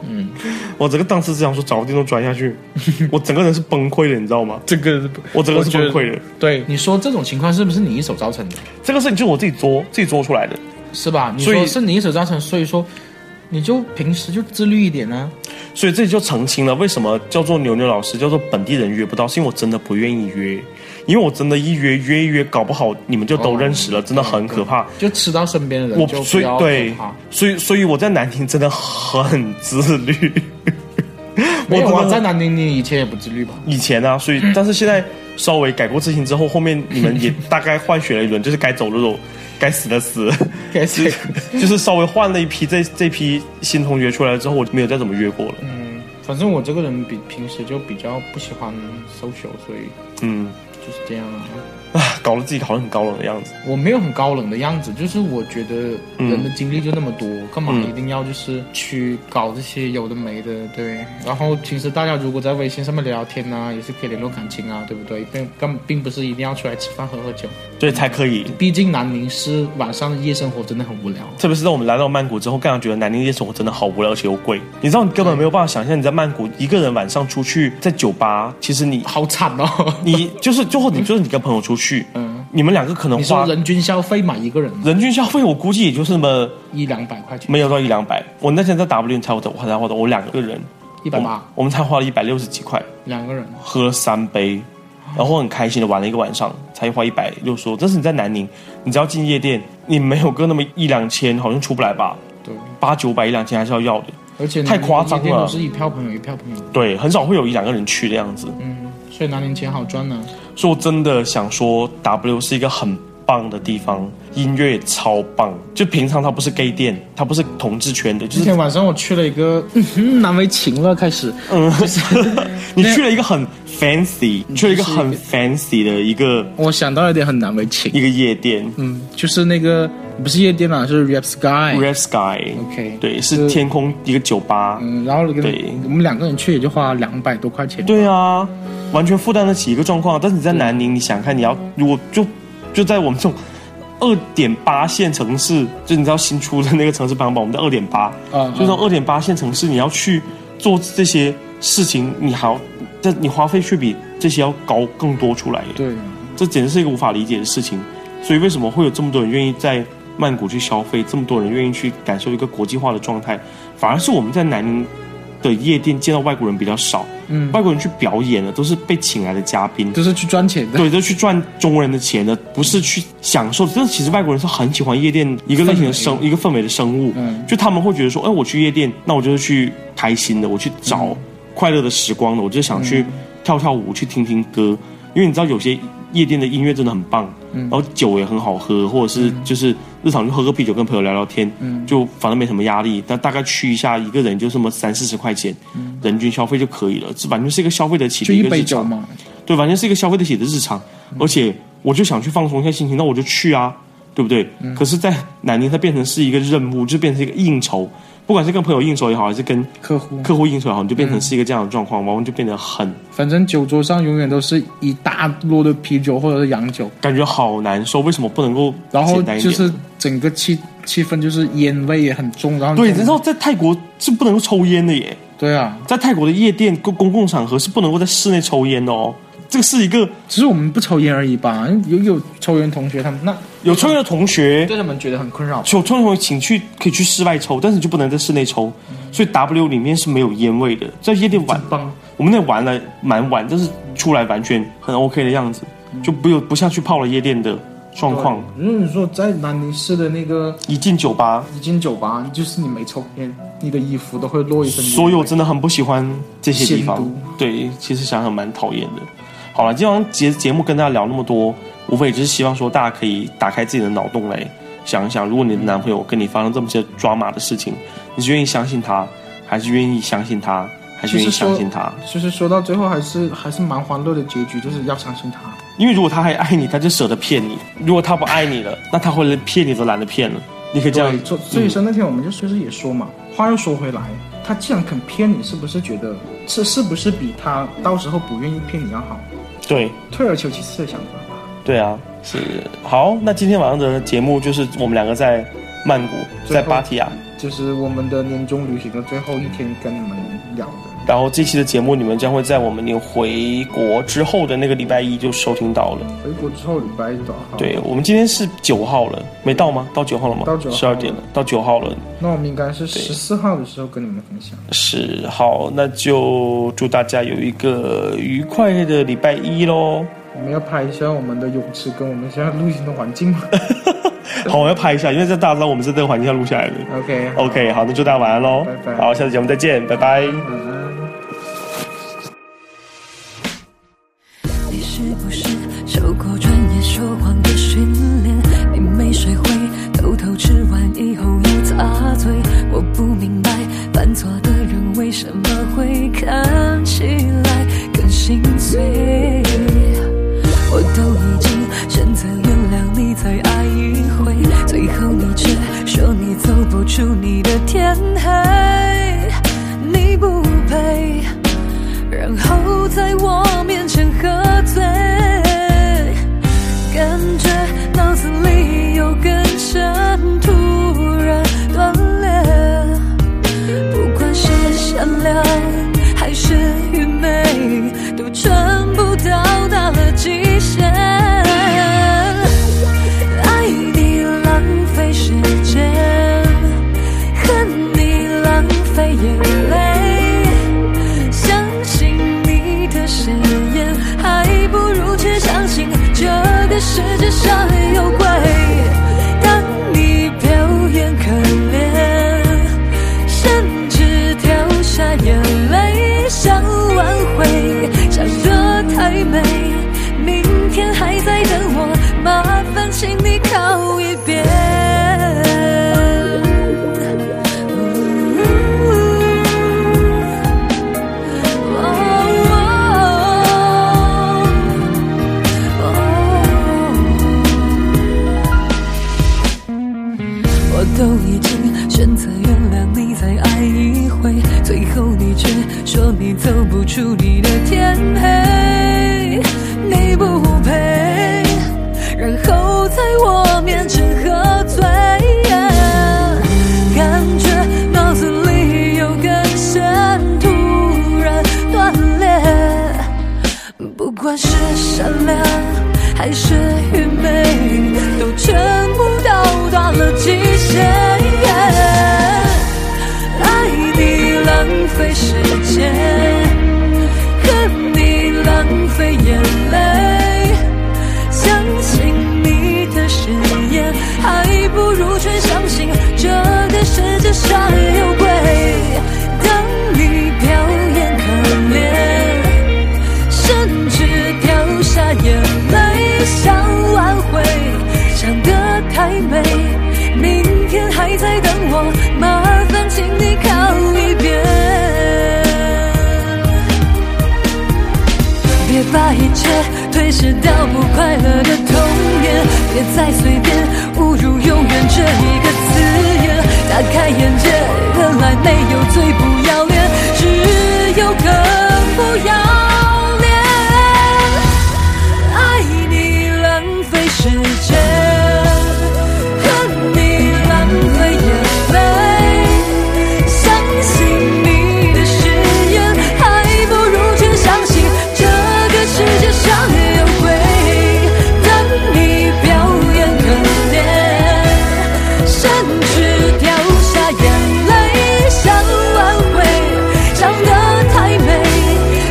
[SPEAKER 3] 嗯，
[SPEAKER 2] 我整个当时只想说找个地洞钻下去， 我整个人是崩溃的，你知道吗？
[SPEAKER 3] 这个
[SPEAKER 2] 我整个是崩溃的，
[SPEAKER 3] 对，你说这种情况是不是你一手造成的？
[SPEAKER 2] 这个事情就是我自己作自己作出来的。
[SPEAKER 3] 是吧？你
[SPEAKER 2] 所以
[SPEAKER 3] 说是你一手造成，所以说你就平时就自律一点啊呢、
[SPEAKER 2] 所以这就澄清了为什么叫做牛牛老师，叫做本地人约不到，是因为我真的不愿意约，因为我真的，一约约一约，搞不好你们就都认识了，
[SPEAKER 3] 嗯
[SPEAKER 2] 真的很可怕。
[SPEAKER 3] 就吃到身边的人
[SPEAKER 2] 我
[SPEAKER 3] 就
[SPEAKER 2] 所
[SPEAKER 3] 不
[SPEAKER 2] 以
[SPEAKER 3] 要
[SPEAKER 2] 对
[SPEAKER 3] 怕。，
[SPEAKER 2] 所以所以我在南宁真的很自律。
[SPEAKER 3] 没有
[SPEAKER 2] 我
[SPEAKER 3] 啊，
[SPEAKER 2] 真的
[SPEAKER 3] 在南宁你以前也不自律吧？
[SPEAKER 2] 以前啊，所以但是现在稍微改过自新之后，后面你们也大概换血了一轮，就是该走的走，该死的死，
[SPEAKER 3] 该 死的
[SPEAKER 2] 就就是稍微换了一批这这批新同学出来之后，我就没有再怎么约过了。
[SPEAKER 3] 嗯，反正我这个人比平时就比较不喜欢 social，所以
[SPEAKER 2] 嗯，
[SPEAKER 3] 就是这样啊。
[SPEAKER 2] 啊，搞得自己好像很高冷的样子。
[SPEAKER 3] 我没有很高冷的样子，就是我觉得嗯人的经历就那么多，干嘛一定要就是去搞这些有的没的？对。然后平时大家如果在微信上面聊聊天啊，也是可以联络感情啊，对不对？并根并不是一定要出来吃饭喝喝酒，
[SPEAKER 2] 所以才可以。
[SPEAKER 3] 毕竟南宁是晚上夜生活真的很无聊。
[SPEAKER 2] 特别是在我们来到曼谷之后，更加觉得南宁夜生活真的好无聊，而且又贵。你知道，你根本没有办法想象你在曼谷一个人晚上出去在酒吧，其实 你
[SPEAKER 3] 好惨哦！
[SPEAKER 2] 你就是最后你就是你跟朋友出去，
[SPEAKER 3] 嗯，
[SPEAKER 2] 你们两个可能
[SPEAKER 3] 你
[SPEAKER 2] 花
[SPEAKER 3] 说人均消费嘛，一个人
[SPEAKER 2] 人均消费，我估计也就是那么
[SPEAKER 3] 一两百块钱，
[SPEAKER 2] 没有到一两百。我那天在 W 才我才花才花的，我两个人
[SPEAKER 3] 一百八，
[SPEAKER 2] 我们才花了一百六十几块，
[SPEAKER 3] 两个人
[SPEAKER 2] 喝了三杯，然后很开心的玩了一个晚上，才花一百六十多。但是你在南宁，你只要进夜店，你没有个那么一两千，好像出不来吧？
[SPEAKER 3] 对，
[SPEAKER 2] 八九百一两千还是要要的。
[SPEAKER 3] 而且
[SPEAKER 2] 太夸张了
[SPEAKER 3] 南宁夜店都是一票朋友一票朋友，
[SPEAKER 2] 对，很少会有一两个人去的样子。
[SPEAKER 3] 嗯，所以南宁钱好赚呢、
[SPEAKER 2] 所以我真的想说，W 是一个很棒的地方，音乐超棒。就平常它不是 gay 店，它不是同志圈的，就
[SPEAKER 3] 今
[SPEAKER 2] 是
[SPEAKER 3] 天晚上我去了一个、嗯哼、难为情了，开始
[SPEAKER 2] 嗯， 你
[SPEAKER 3] 那
[SPEAKER 2] 去了一个很 fancy，去了一个很 fancy 的一个
[SPEAKER 3] 我想到一点很难为情
[SPEAKER 2] 一，个夜店
[SPEAKER 3] 嗯，就是那个不是夜店啦，是 Rap Sky，
[SPEAKER 2] ，Red Sky。
[SPEAKER 3] OK
[SPEAKER 2] 对，是天空一个酒吧。
[SPEAKER 3] 嗯，然后跟
[SPEAKER 2] 对
[SPEAKER 3] 我们两个人去也就花两百多块钱，
[SPEAKER 2] 对啊，完全负担得起一个状况。但是你在南宁，你想看，你要如果就就在我们这种二点八线城市，就你知道新出的那个城市排行榜，我们在二点八，
[SPEAKER 3] 啊，
[SPEAKER 2] 就
[SPEAKER 3] 就是
[SPEAKER 2] 二点八线城市，你要去做这些事情，你还要但你花费却比这些要高更多出来，
[SPEAKER 3] 对，
[SPEAKER 2] 这简直是一个无法理解的事情。所以为什么会有这么多人愿意在曼谷去消费，这么多人愿意去感受一个国际化的状态，反而是我们在南宁的夜店见到外国人比较少，
[SPEAKER 3] 嗯，
[SPEAKER 2] 外国人去表演的都是被请来的嘉宾。
[SPEAKER 3] 就是去赚钱的，
[SPEAKER 2] 对，都去赚中国人的钱的，不是去享受。但其实外国人是很喜欢夜店一个类型的生一个氛围的生物，
[SPEAKER 3] 嗯
[SPEAKER 2] 就他们会觉得说，哎，我去夜店，那我就是去开心的，我去
[SPEAKER 3] 嗯
[SPEAKER 2] 找快乐的时光的，我就想去跳跳舞，去听听歌。因为你知道有些夜店的音乐真的很棒，
[SPEAKER 3] 嗯
[SPEAKER 2] 然后酒也很好喝，或者是就是日常就喝个啤酒跟朋友聊聊天，
[SPEAKER 3] 嗯
[SPEAKER 2] 就反正没什么压力。但大概去一下，一个人就这么三四十块钱，人均消费就可以了，这完全是一个消费得起的
[SPEAKER 3] 嗯就
[SPEAKER 2] 一
[SPEAKER 3] 一
[SPEAKER 2] 个
[SPEAKER 3] 杯
[SPEAKER 2] 日
[SPEAKER 3] 酒
[SPEAKER 2] 常。
[SPEAKER 3] 嘛，
[SPEAKER 2] 对，反正是一个消费得起的日常，
[SPEAKER 3] 嗯
[SPEAKER 2] 而且我就想去放松一下心情，那我就去啊，对不对？
[SPEAKER 3] 嗯
[SPEAKER 2] 可是，在南宁它变成是一个任务，就变成一个应酬，不管是跟朋友应酬也好，还是跟
[SPEAKER 3] 客户，
[SPEAKER 2] 客户应酬也好，你就变成是一个这样的状况，往往就变得很
[SPEAKER 3] 反正酒桌上永远都是一大摞的啤酒或者是洋酒，
[SPEAKER 2] 感觉好难受，为什么不能够
[SPEAKER 3] 然后
[SPEAKER 2] 简单一
[SPEAKER 3] 就
[SPEAKER 2] 点？
[SPEAKER 3] 是整个气气氛就是烟味也很重，然后
[SPEAKER 2] 对，
[SPEAKER 3] 你
[SPEAKER 2] 你知道在泰国是不能够抽烟的耶，
[SPEAKER 3] 对啊，
[SPEAKER 2] 在泰国的夜店公公共场合是不能够在室内抽烟的哦，这个是一个
[SPEAKER 3] 只是我们不抽烟而已吧，有有抽烟同学他们那
[SPEAKER 2] 有抽烟的同学。
[SPEAKER 3] 对他们觉得很困扰，
[SPEAKER 2] 抽抽烟同学请去可以去室外抽，但是你就不能在室内抽，所以 W 里面是没有烟味的。在夜店玩，
[SPEAKER 3] 棒，
[SPEAKER 2] 我们那玩了蛮晚，但是出来完全很 OK 的样子，就不有不像去泡了夜店的状况。
[SPEAKER 3] 如果你说在南宁市的那个
[SPEAKER 2] 一进酒吧，
[SPEAKER 3] 一进酒吧，就是你没抽烟，你的衣服都会落一身
[SPEAKER 2] 所
[SPEAKER 3] 烟
[SPEAKER 2] 有
[SPEAKER 3] 味
[SPEAKER 2] 真的很不喜欢这些地方
[SPEAKER 3] 限度。
[SPEAKER 2] 对，其实想想蛮讨厌的。好了，今晚节节目跟大家聊那么多，无非也就是希望说大家可以打开自己的脑洞来想一想，如果你的男朋友跟你发生这么些抓马的事情，你是愿意相信他，还是愿意相信他，还是愿意
[SPEAKER 3] 就是说
[SPEAKER 2] 相信他？
[SPEAKER 3] 其实说到最后还是还是蛮欢乐的结局，就是要相信他。
[SPEAKER 2] 因为如果他还爱你，他就舍得骗你；如果他不爱你了，那他会连骗你都懒得骗了。你可以这样嗯
[SPEAKER 3] 对，所所以说那天我们就就是也说嘛，话又说回来，他既然肯骗你，是不是觉得是是不是比他到时候不愿意骗你要好？
[SPEAKER 2] 对
[SPEAKER 3] 退而求其次的想法吧。
[SPEAKER 2] 对啊，是好。那今天晚上的节目就是我们两个在曼谷，
[SPEAKER 3] 最
[SPEAKER 2] 在
[SPEAKER 3] 后
[SPEAKER 2] 芭提雅。
[SPEAKER 3] 就是我们的年终旅行的最后一天跟你们聊的。
[SPEAKER 2] 然后这期的节目你们将会在我们你回国之后的那个礼拜一就收听到了。
[SPEAKER 3] 回国之后礼拜一早上，
[SPEAKER 2] 对，我们今天是九号了，没到吗？到九号了吗？
[SPEAKER 3] 到9号
[SPEAKER 2] 十二点了，到九号了。
[SPEAKER 3] 那我们应该是十四号的时候跟你们分享。
[SPEAKER 2] 是好，那就祝大家有一个愉快的礼拜一喽。
[SPEAKER 3] 我们要拍一下我们的泳池跟我们现在录音的环境吗
[SPEAKER 2] 好，我要拍一下，因为这大家知道我们是这个环境下录下来的。
[SPEAKER 3] ？OK，好
[SPEAKER 2] OK，好，那祝大家晚安喽。
[SPEAKER 3] 拜拜
[SPEAKER 2] 好，下次节目再见，拜拜。
[SPEAKER 3] 晚安。
[SPEAKER 4] 你是不是受过专业说谎的训练？你没学会偷偷吃完以后又擦嘴。我不明白，犯错的人为什么会看起来更心碎？我都已经世界上有鬼，当你表演可怜，甚至掉下眼泪，想挽回，想得太美，明天还在等我，麻烦请你靠一遍。哦我都已经选择原谅你，再爱一回，最后你却说你走不出你的天黑，你不配，然后在我面前喝醉。感觉脑子里有根弦突然断裂，不管是善良还是愚昧，都全部到达了极限。爱你浪费时间，恨你浪费眼泪，相信你的誓言，还不如全相信这个世界上有鬼。当你表演可怜。甚至掉下眼泪，想挽回，想得太美，明天还在等我，麻烦请你靠一遍，别把一切推卸到不快乐的童年，别再随便侮辱永远这一个字眼，打开眼界，原来没有最不要脸，只有更不要脸。爱你浪费时间，恨你浪费眼泪，相信你的誓言，还不如全相信这个世界上有鬼。当你表演可怜，甚至掉下眼泪，想挽回，想得太美。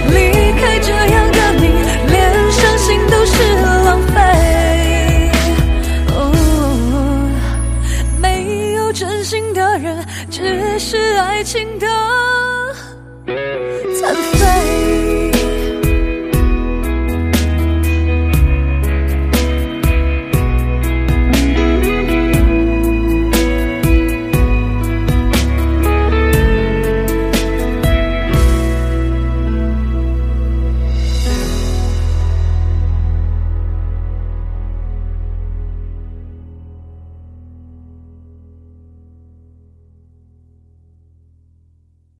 [SPEAKER 4] 离开这样的你，连伤心都是浪费。哦，没有真心的人，只是爱情的